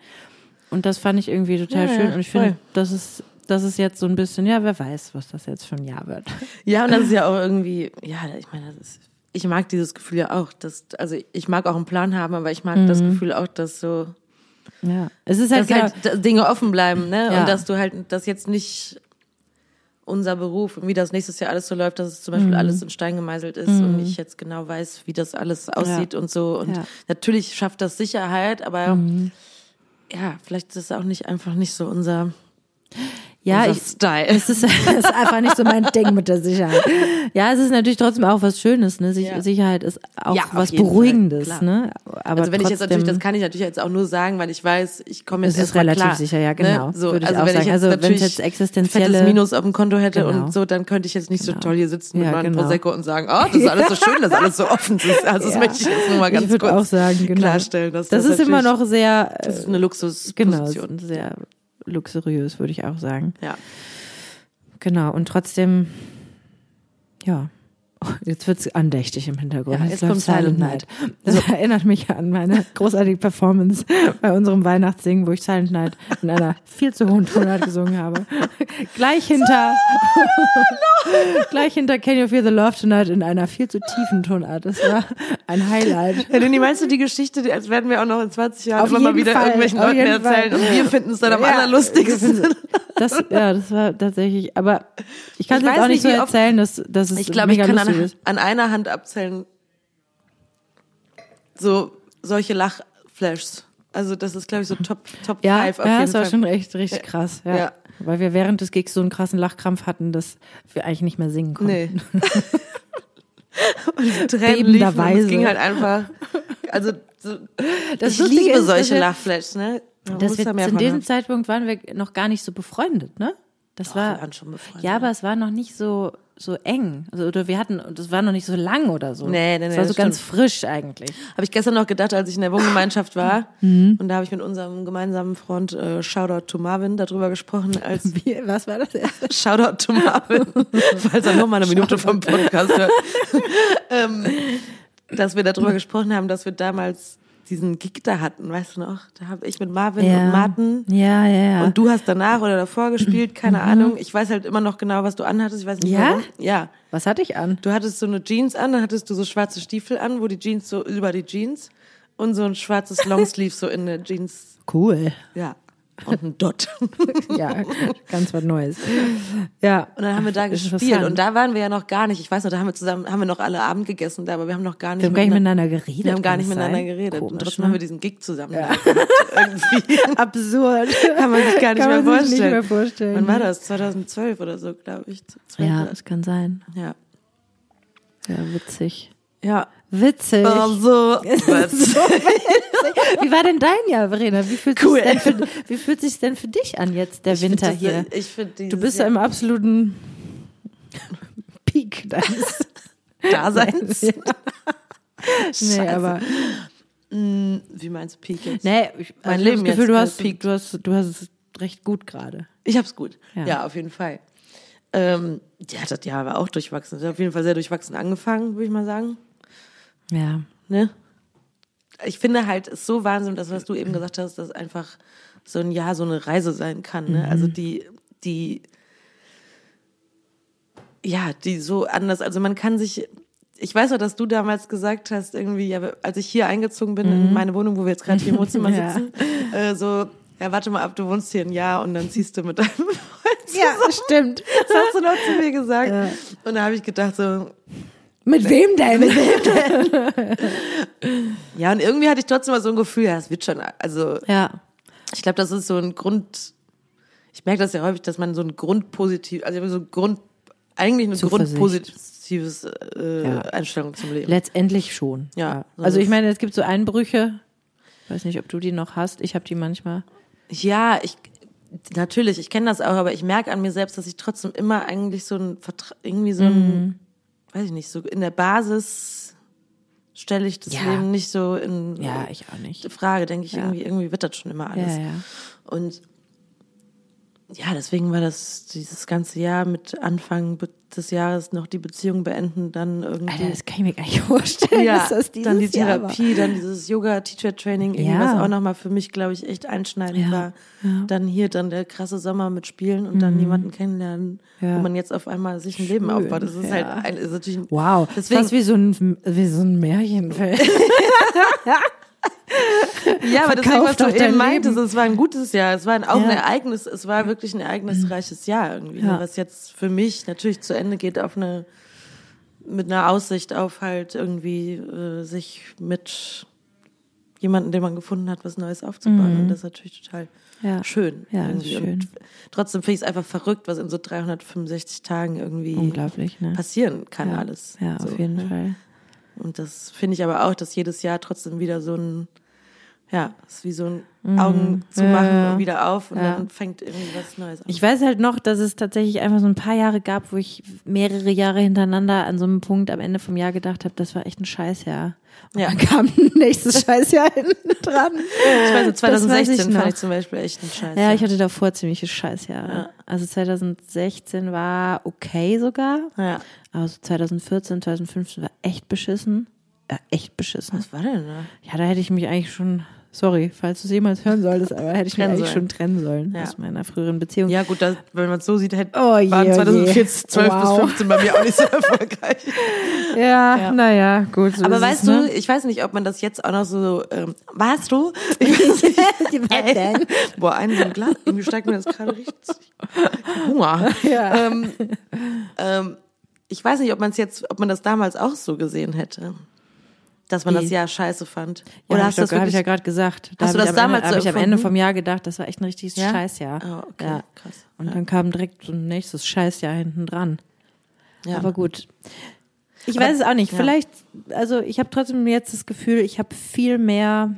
Speaker 1: Und das fand ich irgendwie total
Speaker 2: Ja, ja,
Speaker 1: schön. Und ich finde,
Speaker 2: voll.
Speaker 1: das ist, das ist jetzt so ein bisschen, ja, wer weiß, was das jetzt für ein Jahr wird.
Speaker 2: Ja, und das ist ja auch irgendwie, ja, ich meine, das ist, ich mag dieses Gefühl ja auch, dass, also ich mag auch einen Plan haben, aber ich mag das Gefühl auch, dass so,
Speaker 1: Mhm. Ja. Es ist halt,
Speaker 2: dass
Speaker 1: genau,
Speaker 2: halt d- Dinge offen bleiben, ne?
Speaker 1: Ja.
Speaker 2: Und dass du halt, dass jetzt nicht unser Beruf und wie das nächstes Jahr alles so läuft, dass es zum
Speaker 1: Mhm.
Speaker 2: Beispiel alles in Stein gemeißelt ist und ich jetzt genau weiß, wie das alles aussieht und so. Und
Speaker 1: Ja. Mhm.
Speaker 2: natürlich schafft das Sicherheit, aber
Speaker 1: genau,
Speaker 2: ja, vielleicht ist es auch nicht einfach nicht so unser,
Speaker 1: ja,
Speaker 2: unser
Speaker 1: ich,
Speaker 2: Style.
Speaker 1: es ist, es ist einfach nicht so mein Ding mit der Sicherheit. Ja, es ist natürlich trotzdem auch was Schönes, ne? Sich,
Speaker 2: Ja.
Speaker 1: Sicherheit ist auch
Speaker 2: Ja, auf
Speaker 1: was
Speaker 2: jeden Fall,
Speaker 1: Beruhigendes,
Speaker 2: klar.
Speaker 1: ne? Aber
Speaker 2: Also wenn ich jetzt
Speaker 1: trotzdem-
Speaker 2: natürlich, das kann ich natürlich jetzt auch nur sagen, weil ich weiß, ich komme jetzt
Speaker 1: Es ist
Speaker 2: erstmal
Speaker 1: relativ
Speaker 2: klar,
Speaker 1: sicher, ja, genau.
Speaker 2: Ne? So,
Speaker 1: Würde ich
Speaker 2: also
Speaker 1: auch
Speaker 2: wenn
Speaker 1: sagen.
Speaker 2: ich jetzt
Speaker 1: Also wenn's
Speaker 2: natürlich
Speaker 1: jetzt existenzielle-
Speaker 2: ein fettes Minus auf dem Konto hätte
Speaker 1: Genau.
Speaker 2: und so, dann könnte ich jetzt nicht so toll hier sitzen
Speaker 1: Ja,
Speaker 2: mit meinem
Speaker 1: genau.
Speaker 2: Prosecco und sagen, oh, das ist alles so schön, das ist alles so offen. Das ist, also
Speaker 1: Ja.
Speaker 2: das möchte ich jetzt nur mal ganz
Speaker 1: ich würde
Speaker 2: kurz
Speaker 1: auch sagen, genau.
Speaker 2: klarstellen, dass
Speaker 1: das,
Speaker 2: das
Speaker 1: ist immer
Speaker 2: natürlich-
Speaker 1: noch sehr, äh,
Speaker 2: das ist eine
Speaker 1: genau,
Speaker 2: Luxusposition.
Speaker 1: sehr luxuriös, würde ich auch sagen.
Speaker 2: Ja.
Speaker 1: Genau, und trotzdem, ja. Oh, Jetzt wird's andächtig im Hintergrund.
Speaker 2: Ja, jetzt kommt
Speaker 1: läuft
Speaker 2: Silent
Speaker 1: Das erinnert mich an meine großartige Performance bei unserem Weihnachtssingen, wo ich Silent Night in einer viel zu hohen Tonart gesungen habe. Gleich hinter, gleich hinter Can You Feel the Love Tonight in einer viel zu tiefen Tonart. Das war ein Highlight.
Speaker 2: Ja, Leni, meinst du die Geschichte, die- als werden wir auch noch in 20 Jahren
Speaker 1: Auf
Speaker 2: immer mal
Speaker 1: jeden
Speaker 2: wieder
Speaker 1: Fall,
Speaker 2: irgendwelchen
Speaker 1: auf
Speaker 2: Leuten
Speaker 1: jeden Fall.
Speaker 2: erzählen und wir finden es dann am
Speaker 1: Ja,
Speaker 2: allerlustigsten.
Speaker 1: wir finden- Das, ja, das war tatsächlich, aber ich kann es jetzt
Speaker 2: Ich weiß
Speaker 1: auch nicht
Speaker 2: nicht,
Speaker 1: so
Speaker 2: wie oft-
Speaker 1: erzählen, dass, dass es
Speaker 2: Ich glaube, ich
Speaker 1: mega
Speaker 2: kann
Speaker 1: lustig
Speaker 2: an,
Speaker 1: ist.
Speaker 2: an einer Hand abzählen, so solche Lachflashs. Also das ist, glaube ich, so Top, Top
Speaker 1: Ja,
Speaker 2: Five auf
Speaker 1: ja
Speaker 2: jeden
Speaker 1: das war
Speaker 2: Fall.
Speaker 1: schon echt richtig krass. Ja.
Speaker 2: Ja.
Speaker 1: Weil wir während des Gigs so einen krassen Lachkrampf hatten, dass wir eigentlich nicht mehr singen konnten.
Speaker 2: nee. Und die Tränen liefen und
Speaker 1: Bebenderweise.
Speaker 2: es ging halt einfach. Also so,
Speaker 1: Das
Speaker 2: ich
Speaker 1: Lustige
Speaker 2: liebe
Speaker 1: ist, dass
Speaker 2: solche
Speaker 1: wir-
Speaker 2: Lachflashs, ne? Man
Speaker 1: Dass
Speaker 2: muss
Speaker 1: wir
Speaker 2: da mehr
Speaker 1: zu
Speaker 2: von
Speaker 1: diesem
Speaker 2: haben.
Speaker 1: Zeitpunkt waren wir noch gar nicht so befreundet, ne? Das
Speaker 2: wir
Speaker 1: war
Speaker 2: waren schon befreundet.
Speaker 1: Ja, aber es war noch nicht so so eng. Also, oder wir hatten das war noch nicht so lang oder so.
Speaker 2: Nee, nee,
Speaker 1: Es
Speaker 2: nee,
Speaker 1: war so
Speaker 2: das
Speaker 1: ganz frisch eigentlich.
Speaker 2: Habe ich gestern noch gedacht, als ich in der Wohngemeinschaft war.
Speaker 1: Mhm.
Speaker 2: Und da habe ich mit unserem gemeinsamen Freund äh, Shoutout to Marvin darüber gesprochen, als
Speaker 1: Wie, was war das?
Speaker 2: Shoutout to Marvin, falls er noch mal eine Minute vom Podcast hört. ähm, dass wir darüber gesprochen haben, dass wir damals diesen Gig da hatten, weißt du noch? Da habe ich mit Marvin und Martin
Speaker 1: Ja, ja, ja. Mhm.
Speaker 2: und du hast danach oder davor gespielt, keine Ahnung. Ich weiß halt immer noch genau, was du anhattest. Ich weiß nicht
Speaker 1: Ja?
Speaker 2: warum. Ja.
Speaker 1: was hatte ich an?
Speaker 2: Du hattest so eine Jeans an, dann hattest du so schwarze Stiefel an, wo die Jeans so über die Jeans und so ein schwarzes Longsleeve so in der Jeans.
Speaker 1: Cool.
Speaker 2: Ja. Und ein Dot.
Speaker 1: Ja, ganz was Neues. Ja.
Speaker 2: Und dann haben wir da gespielt
Speaker 1: Interessant.
Speaker 2: und da waren wir ja noch gar nicht. Ich weiß noch, da haben wir zusammen, haben wir noch alle Abend gegessen da, aber wir haben noch gar nicht,
Speaker 1: Wir haben gar nicht
Speaker 2: miteinander-
Speaker 1: miteinander geredet.
Speaker 2: wir haben gar
Speaker 1: kann
Speaker 2: nicht
Speaker 1: es sein?
Speaker 2: miteinander geredet.
Speaker 1: Komisch,
Speaker 2: und trotzdem
Speaker 1: ne?
Speaker 2: haben wir diesen Gig zusammen. gemacht. Irgendwie
Speaker 1: Absurd.
Speaker 2: kann man sich gar nicht,
Speaker 1: Kann
Speaker 2: mehr,
Speaker 1: man sich nicht
Speaker 2: vorstellen.
Speaker 1: mehr vorstellen. ne?
Speaker 2: Wann war das? 2012 oder so, glaube ich.
Speaker 1: Ja,
Speaker 2: 12.
Speaker 1: das kann sein.
Speaker 2: Ja.
Speaker 1: Ja, witzig.
Speaker 2: Ja.
Speaker 1: Witzig.
Speaker 2: Also,
Speaker 1: Wie war denn dein Jahr, Verena? Wie fühlt
Speaker 2: Cool.
Speaker 1: sich denn für, wie fühlt sich's denn für dich an jetzt der Winter hier?
Speaker 2: Ich find dieses
Speaker 1: Du bist ja im absoluten Peak deines
Speaker 2: Daseins.
Speaker 1: Ja. Nee,
Speaker 2: Scheiße.
Speaker 1: aber
Speaker 2: Mm, Wie meinst du Peak jetzt?
Speaker 1: nee, ich,
Speaker 2: Mein
Speaker 1: also
Speaker 2: Leben
Speaker 1: ich hab das Gefühl,
Speaker 2: jetzt
Speaker 1: du
Speaker 2: ist
Speaker 1: hast,
Speaker 2: Peak.
Speaker 1: du hast du hast es recht gut gerade.
Speaker 2: Ich hab's gut.
Speaker 1: Ja.
Speaker 2: Ja, auf jeden Fall. Ähm, ja, das Jahr war auch durchwachsen. Das hat auf jeden Fall sehr durchwachsen angefangen, würde ich mal sagen.
Speaker 1: Ja.
Speaker 2: Ne? Ich finde halt, es ist so Wahnsinn, das, was du eben gesagt hast, dass einfach so ein Jahr so eine Reise sein kann. Ne?
Speaker 1: Mhm.
Speaker 2: Also die, die, ja, die so anders, also man kann sich, ich weiß noch, dass du damals gesagt hast, irgendwie, ja, als ich hier eingezogen bin in meine Wohnung, wo wir jetzt gerade hier im Wohnzimmer
Speaker 1: Mhm. Ja.
Speaker 2: sitzen, äh, so, ja, warte mal ab, du wohnst hier ein Jahr und dann ziehst du mit deinem Freund
Speaker 1: Ja, stimmt.
Speaker 2: Das hast du noch zu mir gesagt.
Speaker 1: Ja.
Speaker 2: Und da habe ich gedacht so,
Speaker 1: Mit wem denn?
Speaker 2: ja, und irgendwie hatte ich trotzdem mal so ein Gefühl, ja, es wird schon, also
Speaker 1: Ja.
Speaker 2: Ich glaube, das ist so ein Grund. Ich merke das ja häufig, dass man so ein grundpositiv, also ich habe so ein Grund, eigentlich eine
Speaker 1: Zuversicht.
Speaker 2: grundpositives äh,
Speaker 1: Ja.
Speaker 2: Einstellung zum Leben.
Speaker 1: Letztendlich schon.
Speaker 2: Ja.
Speaker 1: Also ich meine, es gibt so Einbrüche. Ich weiß nicht, ob du die noch hast. Ich habe die manchmal.
Speaker 2: ja, ich natürlich, ich kenne das auch, aber ich merke an mir selbst, dass ich trotzdem immer eigentlich so ein Vertra irgendwie so ein,
Speaker 1: Mhm.
Speaker 2: weiß ich nicht, so in der Basis stelle ich das
Speaker 1: Ja.
Speaker 2: Leben nicht so in
Speaker 1: Ja, ich auch nicht.
Speaker 2: Frage, denke ich irgendwie, irgendwie wird das schon immer alles.
Speaker 1: Ja, ja.
Speaker 2: Und ja, deswegen war das dieses ganze Jahr mit Anfang be- des Jahres noch die Beziehung beenden, dann irgendwie.
Speaker 1: Alter, das kann ich mir gar nicht vorstellen,
Speaker 2: ja,
Speaker 1: dass das dieses
Speaker 2: dann die
Speaker 1: Jahr war.
Speaker 2: Therapie, dann dieses Yoga-Teacher-Training, irgendwas auch nochmal für mich, glaube ich, echt einschneidend
Speaker 1: Ja,
Speaker 2: war.
Speaker 1: ja. Mhm.
Speaker 2: Dann hier, dann der krasse Sommer mit Spielen und dann jemanden kennenlernen,
Speaker 1: Ja.
Speaker 2: wo man jetzt auf einmal sich ein Leben aufbaut. Das ist
Speaker 1: ja.
Speaker 2: halt ein, ist natürlich ein-
Speaker 1: Wow,
Speaker 2: Deswegen-
Speaker 1: fast wie so ein, wie so ein Märchenfilm.
Speaker 2: Ja, aber deswegen,
Speaker 1: Verkauf
Speaker 2: was du
Speaker 1: doch dein
Speaker 2: eben meintest,
Speaker 1: Leben.
Speaker 2: es war ein gutes Jahr. Es war ein, auch
Speaker 1: Ja.
Speaker 2: ein Ereignis, es war wirklich ein ereignisreiches Jahr irgendwie,
Speaker 1: Ja.
Speaker 2: was jetzt für mich natürlich zu Ende geht auf eine mit einer Aussicht auf halt irgendwie äh, sich mit jemandem, den man gefunden hat, was Neues aufzubauen. Und das ist natürlich total
Speaker 1: Mhm. Ja.
Speaker 2: schön.
Speaker 1: Ja,
Speaker 2: irgendwie.
Speaker 1: schön.
Speaker 2: Und trotzdem finde ich es einfach verrückt, was in so 365 Tagen irgendwie
Speaker 1: Unglaublich, ne?
Speaker 2: passieren kann alles.
Speaker 1: Ja,
Speaker 2: so,
Speaker 1: auf jeden
Speaker 2: ne?
Speaker 1: Fall.
Speaker 2: Und das finde ich aber auch, dass jedes Jahr trotzdem wieder so ein, ja, ist wie so ein Augen zu
Speaker 1: Ja,
Speaker 2: machen
Speaker 1: ja.
Speaker 2: und wieder auf und
Speaker 1: Ja.
Speaker 2: dann fängt irgendwie was Neues an.
Speaker 1: Ich weiß halt noch, dass es tatsächlich einfach so ein paar Jahre gab, wo ich mehrere Jahre hintereinander an so einem Punkt am Ende vom Jahr gedacht habe, das war echt ein Scheißjahr. Und
Speaker 2: Ja.
Speaker 1: dann kam nächstes Scheißjahr hinten dran.
Speaker 2: Ich
Speaker 1: Das weiß
Speaker 2: weiß, nicht,
Speaker 1: ich
Speaker 2: 2016 fand
Speaker 1: noch.
Speaker 2: ich zum Beispiel echt einen Scheiß.
Speaker 1: Ja, ich hatte davor ziemliches Scheißjahre. Also 2016 war okay sogar.
Speaker 2: ja.
Speaker 1: Aber so 2014, 2015 war echt beschissen. Ja, echt beschissen.
Speaker 2: Was war denn da?
Speaker 1: Ja, da hätte ich mich eigentlich schon, sorry, falls du es jemals hören solltest, aber hätte ich mich
Speaker 2: Trennen
Speaker 1: eigentlich
Speaker 2: sollen.
Speaker 1: schon trennen sollen
Speaker 2: Ja.
Speaker 1: aus meiner früheren Beziehung.
Speaker 2: Ja, gut, das, wenn man es so sieht, hätte,
Speaker 1: Oh je,
Speaker 2: waren
Speaker 1: oh je.
Speaker 2: 2014, 12
Speaker 1: Wow.
Speaker 2: bis 15 bei mir auch nicht so erfolgreich.
Speaker 1: Ja, naja, gut. So
Speaker 2: Aber
Speaker 1: ist
Speaker 2: weißt
Speaker 1: es,
Speaker 2: du,
Speaker 1: ne?
Speaker 2: ich weiß nicht, ob man das jetzt auch noch so, ähm, weißt du? Ich weiß nicht. Boah, ein so ein Glas, irgendwie steigt mir das gerade richtig. Hunger.
Speaker 1: Ja.
Speaker 2: Ähm, ähm, ich weiß nicht, ob man es jetzt, ob man das damals auch so gesehen hätte. Dass man
Speaker 1: Wie?
Speaker 2: das Jahr scheiße fand.
Speaker 1: Ja,
Speaker 2: Oder
Speaker 1: hab
Speaker 2: hast
Speaker 1: ich
Speaker 2: du
Speaker 1: doch-
Speaker 2: das
Speaker 1: hab
Speaker 2: wirklich?
Speaker 1: ich ja gerade gesagt. Da
Speaker 2: Hast du
Speaker 1: hab ich
Speaker 2: das
Speaker 1: am
Speaker 2: damals
Speaker 1: Ende,
Speaker 2: so
Speaker 1: hab ich am
Speaker 2: empfunden?
Speaker 1: Ende vom Jahr gedacht, das war echt ein richtiges
Speaker 2: Ja?
Speaker 1: Scheißjahr.
Speaker 2: Ah, okay,
Speaker 1: ja.
Speaker 2: krass.
Speaker 1: Und dann kam direkt so ein nächstes Scheißjahr hinten dran.
Speaker 2: ja.
Speaker 1: Aber gut. Ich weiß es auch nicht.
Speaker 2: ja.
Speaker 1: Vielleicht, also ich habe trotzdem jetzt das Gefühl, ich habe viel mehr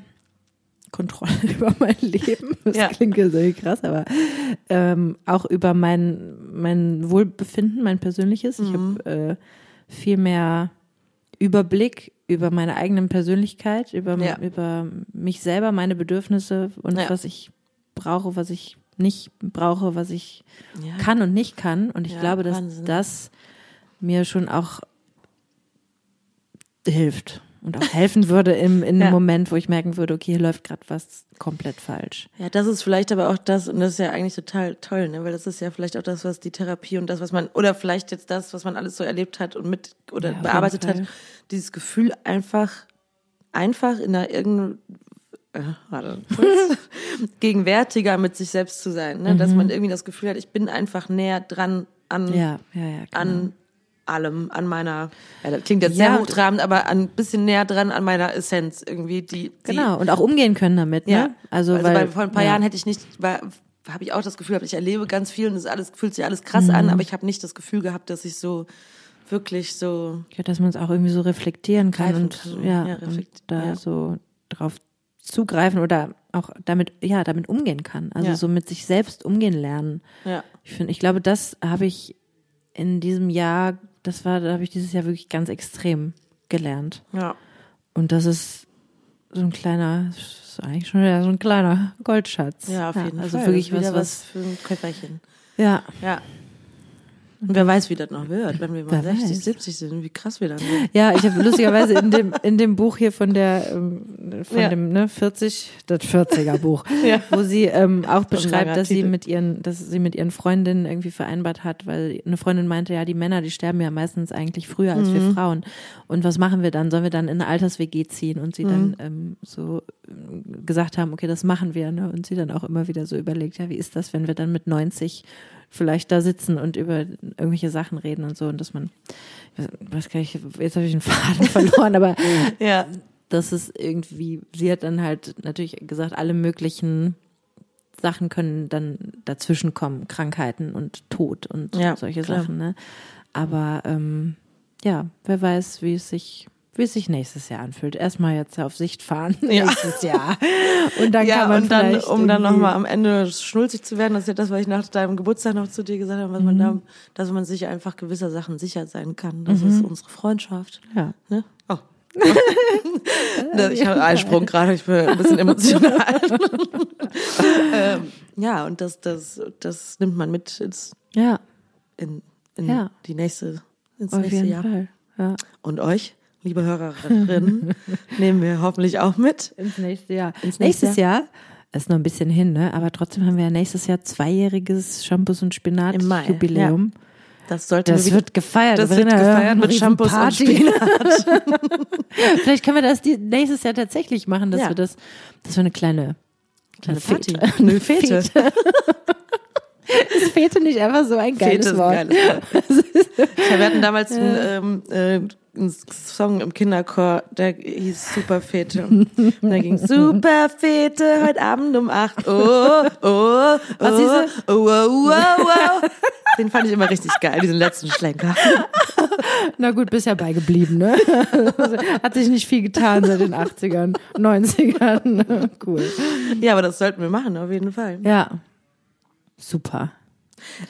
Speaker 1: Kontrolle über mein Leben. Das
Speaker 2: Ja.
Speaker 1: klingt ja so krass, aber ähm, auch über mein, mein Wohlbefinden, mein persönliches. Ich
Speaker 2: Mhm.
Speaker 1: habe äh, viel mehr Überblick über meine eigene Persönlichkeit, über,
Speaker 2: Ja.
Speaker 1: über mich selber, meine Bedürfnisse und
Speaker 2: Ja.
Speaker 1: was ich brauche, was ich nicht brauche, was ich
Speaker 2: Ja.
Speaker 1: kann und nicht kann. Und ich
Speaker 2: Ja,
Speaker 1: glaube, dass
Speaker 2: Wahnsinn.
Speaker 1: das mir schon auch hilft und auch helfen würde im, in
Speaker 2: Ja.
Speaker 1: einem Moment, wo ich merken würde, okay, hier läuft gerade was komplett falsch.
Speaker 2: Ja, das ist vielleicht aber auch das, und das ist ja eigentlich total toll, ne? Weil das ist ja vielleicht auch das, was die Therapie und das, was man, oder vielleicht jetzt das, was man alles so erlebt hat und mit oder
Speaker 1: Ja, auf
Speaker 2: bearbeitet
Speaker 1: jeden
Speaker 2: hat,
Speaker 1: Fall.
Speaker 2: dieses Gefühl einfach, einfach in einer irgendeinem äh, warte, kurz, gegenwärtiger mit sich selbst zu sein. Ne? Dass man irgendwie das Gefühl hat, ich bin einfach näher dran an,
Speaker 1: Mhm. Ja, ja, ja. Genau.
Speaker 2: an allem, an meiner, ja, das klingt jetzt
Speaker 1: Ja.
Speaker 2: sehr hochtrabend, aber ein bisschen näher dran an meiner Essenz irgendwie, die, die
Speaker 1: genau. Und auch umgehen können damit.
Speaker 2: ja,
Speaker 1: Ne? Also, weil,
Speaker 2: weil, vor ein paar
Speaker 1: ja.
Speaker 2: Jahren hätte ich nicht, war, habe ich auch das Gefühl gehabt, ich erlebe ganz viel und es ist alles, fühlt sich alles krass
Speaker 1: Mhm.
Speaker 2: an, aber ich habe nicht das Gefühl gehabt, dass ich so wirklich so,
Speaker 1: Ja, dass man es auch irgendwie so reflektieren kann
Speaker 2: Greifen
Speaker 1: und,
Speaker 2: kann.
Speaker 1: Ja,
Speaker 2: Ja, reflekt-
Speaker 1: und da
Speaker 2: ja.
Speaker 1: so drauf zugreifen oder auch damit, ja, damit umgehen kann. Also
Speaker 2: Ja.
Speaker 1: so mit sich selbst umgehen lernen.
Speaker 2: ja,
Speaker 1: Ich finde, ich glaube, das habe ich in diesem Jahr, das war, da habe ich dieses Jahr wirklich ganz extrem gelernt.
Speaker 2: ja.
Speaker 1: Und das ist so ein kleiner, das ist eigentlich schon wieder so ein kleiner Goldschatz.
Speaker 2: Ja, auf jeden
Speaker 1: also
Speaker 2: Fall.
Speaker 1: wirklich
Speaker 2: Das ist
Speaker 1: was,
Speaker 2: wieder
Speaker 1: was,
Speaker 2: für ein Köfferchen.
Speaker 1: ja,
Speaker 2: Ja. Und wer weiß, wie das noch wird, wenn wir mal
Speaker 1: Wer
Speaker 2: 60,
Speaker 1: weiß.
Speaker 2: 70 sind, wie krass wir dann sind.
Speaker 1: Ja, ich habe lustigerweise in dem, in dem Buch hier von der, ähm, von
Speaker 2: Ja.
Speaker 1: dem, ne, 40, das 40er Buch,
Speaker 2: Ja.
Speaker 1: wo sie ähm, auch beschreibt,
Speaker 2: langer
Speaker 1: dass sie
Speaker 2: Titel.
Speaker 1: mit ihren, dass sie mit ihren Freundinnen irgendwie vereinbart hat, weil eine Freundin meinte, ja, die Männer, die sterben ja meistens eigentlich früher als wir Frauen. Und was machen wir dann? Sollen wir dann in eine Alters-WG ziehen? Und sie dann ähm, so ähm, gesagt haben, okay, das machen wir, ne? Und sie dann auch immer wieder so überlegt, ja, wie ist das, wenn wir dann mit 90 vielleicht da sitzen und über irgendwelche Sachen reden und so und dass man ich weiß- weiß gar nicht, jetzt habe ich den Faden verloren, aber
Speaker 2: Ja.
Speaker 1: das ist irgendwie, sie hat dann halt natürlich gesagt, alle möglichen Sachen können dann dazwischen kommen, Krankheiten und Tod und
Speaker 2: Ja,
Speaker 1: solche
Speaker 2: klar.
Speaker 1: Sachen, ne? Aber ähm, ja, wer weiß, wie es sich, wie es sich nächstes Jahr anfühlt. Erstmal jetzt auf Sicht fahren
Speaker 2: Ja.
Speaker 1: nächstes Jahr. Und dann kann
Speaker 2: Ja,
Speaker 1: man
Speaker 2: und dann,
Speaker 1: vielleicht
Speaker 2: um dann
Speaker 1: irgendwie-
Speaker 2: nochmal am Ende schnulzig zu werden, das ist ja das, was ich nach deinem Geburtstag noch zu dir gesagt habe, was
Speaker 1: Mhm.
Speaker 2: man da, dass man sich einfach gewisser Sachen sicher sein kann. Das
Speaker 1: Mhm.
Speaker 2: ist unsere Freundschaft.
Speaker 1: Ja.
Speaker 2: Ne? Oh. Ne, ich habe einen Sprung gerade, ich bin ein bisschen emotional. ähm, ja, und das, das, das nimmt man mit ins,
Speaker 1: Ja,
Speaker 2: in, in
Speaker 1: Ja.
Speaker 2: die nächste, ins
Speaker 1: auf
Speaker 2: nächste
Speaker 1: jeden
Speaker 2: Jahr.
Speaker 1: Fall. Ja.
Speaker 2: Und euch, liebe Hörerinnen, nehmen wir hoffentlich auch mit.
Speaker 1: Ins nächste Jahr.
Speaker 2: Ins nächste
Speaker 1: nächstes Jahr. ist noch ein bisschen hin, ne? Aber trotzdem haben wir ja nächstes Jahr zweijähriges Shampoos und Spinat
Speaker 2: Im Mai,
Speaker 1: Jubiläum.
Speaker 2: Das sollte
Speaker 1: Das wird gefeiert.
Speaker 2: das
Speaker 1: Wir
Speaker 2: wird
Speaker 1: sind ja
Speaker 2: gefeiert
Speaker 1: eine
Speaker 2: mit Shampoos und
Speaker 1: Riesenparty.
Speaker 2: Spinat.
Speaker 1: Vielleicht können wir das die, nächstes Jahr tatsächlich machen, dass
Speaker 2: Ja.
Speaker 1: wir das, dass wir eine kleine, kleine
Speaker 2: Party.
Speaker 1: Fete.
Speaker 2: Eine Fete.
Speaker 1: Ist Fete nicht einfach so ein geiles
Speaker 2: Fete ist ein
Speaker 1: Wort?
Speaker 2: geiles Wort. Ja, wir hatten damals einen, ähm, äh, einen Song im Kinderchor, der hieß Super Fete. Und da ging Super Fete heute Abend um 8 Uhr. Oh, oh,
Speaker 1: Was
Speaker 2: oh,
Speaker 1: hieß
Speaker 2: oh, oh, oh, oh. Den fand ich immer richtig geil, diesen letzten Schlenker.
Speaker 1: Na gut, bist ja beigeblieben, ne? Hat sich nicht viel getan seit den 80ern, 90ern. Cool.
Speaker 2: Ja, aber das sollten wir machen, auf jeden Fall.
Speaker 1: Ja. Super.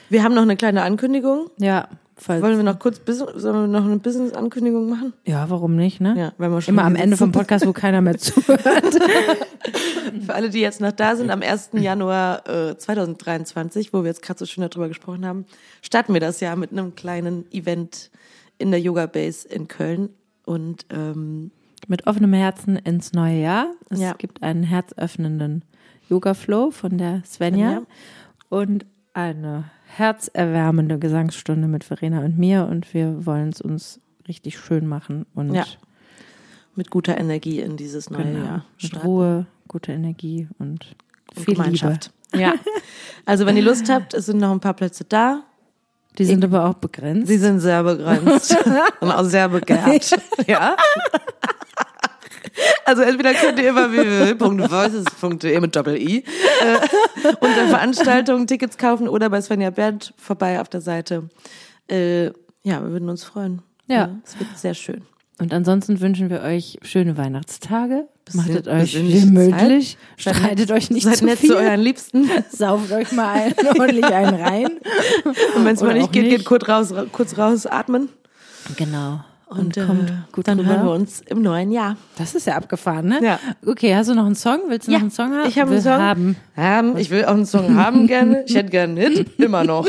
Speaker 2: Wir haben noch eine kleine Ankündigung.
Speaker 1: Ja. Falls,
Speaker 2: Wollen wir noch kurz, Bus- sollen wir noch eine Business-Ankündigung machen?
Speaker 1: ja, warum nicht, ne?
Speaker 2: Ja, weil wir schon
Speaker 1: Immer am
Speaker 2: hier
Speaker 1: Ende vom
Speaker 2: sitzen.
Speaker 1: Podcast, wo keiner mehr zuhört.
Speaker 2: Für alle, die jetzt noch da sind, am 1. Januar äh, 2023, wo wir jetzt gerade so schön darüber gesprochen haben, starten wir das Jahr mit einem kleinen Event in der Yoga Base in Köln. Und ähm,
Speaker 1: Mit offenem Herzen ins neue Jahr. Es
Speaker 2: Ja.
Speaker 1: gibt einen herzöffnenden Yoga-Flow von der Svenja
Speaker 2: Svenja.
Speaker 1: und eine herzerwärmende Gesangsstunde mit Verena und mir. Und wir wollen es uns richtig schön machen und
Speaker 2: Ja. mit guter Energie in dieses neue
Speaker 1: genau,
Speaker 2: Jahr
Speaker 1: mit
Speaker 2: starten.
Speaker 1: Ruhe, gute Energie und
Speaker 2: Und
Speaker 1: viel
Speaker 2: Gemeinschaft.
Speaker 1: Liebe. Ja,
Speaker 2: Also wenn ihr Lust habt, es sind noch ein paar Plätze da.
Speaker 1: die sind aber auch begrenzt.
Speaker 2: Sie sind sehr begrenzt und auch sehr begehrt. Ja. Also entweder könnt ihr über www.voices.de mit Doppel-I äh, unter Veranstaltungen Tickets kaufen oder bei Svenja Bernd vorbei auf der Seite. Äh, ja, wir würden uns freuen.
Speaker 1: Ja.
Speaker 2: Es wird sehr schön.
Speaker 1: Und ansonsten wünschen wir euch schöne Weihnachtstage.
Speaker 2: Bisschen
Speaker 1: Machtet euch
Speaker 2: besinnliche
Speaker 1: gemütlich.
Speaker 2: Seid
Speaker 1: Streitet
Speaker 2: nett-
Speaker 1: euch nicht
Speaker 2: Seid
Speaker 1: zu
Speaker 2: nett
Speaker 1: viel.
Speaker 2: zu euren Liebsten.
Speaker 1: Sauft euch mal ein, ordentlich einen rein.
Speaker 2: Und wenn es mal
Speaker 1: Oder
Speaker 2: nicht
Speaker 1: auch
Speaker 2: geht,
Speaker 1: nicht.
Speaker 2: geht kurz raus, ra- kurz raus atmen.
Speaker 1: Genau.
Speaker 2: Und,
Speaker 1: Und, kommt
Speaker 2: äh,
Speaker 1: gut
Speaker 2: dann
Speaker 1: rüber.
Speaker 2: hören wir uns im neuen Jahr.
Speaker 1: Das ist ja abgefahren, ne?
Speaker 2: Ja.
Speaker 1: Okay, hast du noch einen Song? Willst du noch einen Song haben?
Speaker 2: Ich habe
Speaker 1: Will
Speaker 2: einen Song.
Speaker 1: Haben.
Speaker 2: Haben. Ich will auch einen Song haben gerne. Ich hätte gerne einen Hit. Immer noch.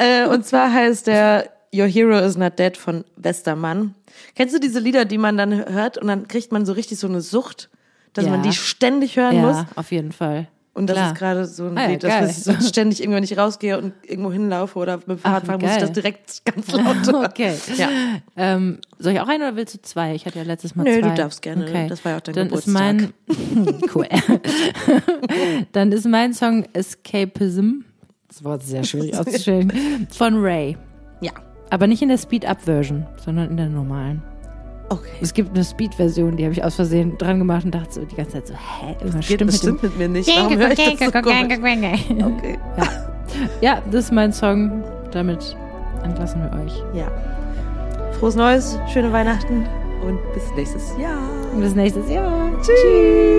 Speaker 2: äh, und zwar heißt der Your Hero is Not Dead von Westermann. Kennst du diese Lieder, die man dann hört und dann kriegt man so richtig so eine Sucht, dass
Speaker 1: Ja.
Speaker 2: man die ständig hören
Speaker 1: Ja,
Speaker 2: muss?
Speaker 1: auf jeden Fall.
Speaker 2: Und das
Speaker 1: Klar.
Speaker 2: ist gerade so ein
Speaker 1: Ah ja,
Speaker 2: Lied,
Speaker 1: geil.
Speaker 2: dass ich sonst ständig irgendwie, wenn ich rausgehe und irgendwo hinlaufe oder mit dem Fahrrad
Speaker 1: wie
Speaker 2: fahren, muss ich
Speaker 1: geil.
Speaker 2: das direkt ganz laut hören.
Speaker 1: Okay.
Speaker 2: Ja.
Speaker 1: Ähm, soll ich auch einen oder willst du zwei? Ich hatte ja letztes Mal
Speaker 2: Nö,
Speaker 1: zwei.
Speaker 2: du darfst gerne. Das war ja auch dein
Speaker 1: Dann Ist
Speaker 2: Geburtstag.
Speaker 1: mein cool. Dann ist mein Song Escapism. Das Wort ist sehr schwierig auszusprechen. Von Ray.
Speaker 2: Ja.
Speaker 1: Aber nicht in der Speed-Up-Version, sondern in der normalen.
Speaker 2: Okay.
Speaker 1: Es gibt eine Speed-Version, die habe ich aus Versehen dran gemacht und dachte so die ganze Zeit so, hä, irgendwas
Speaker 2: Geht
Speaker 1: stimmt mit dem
Speaker 2: bestimmt mit mir nicht. Warum höre ich das so komisch? Okay.
Speaker 1: Ja, das ist mein Song. Damit entlassen wir euch.
Speaker 2: Ja. Frohes Neues, schöne Weihnachten und bis nächstes Jahr.
Speaker 1: Bis nächstes Jahr.
Speaker 2: Tschüss.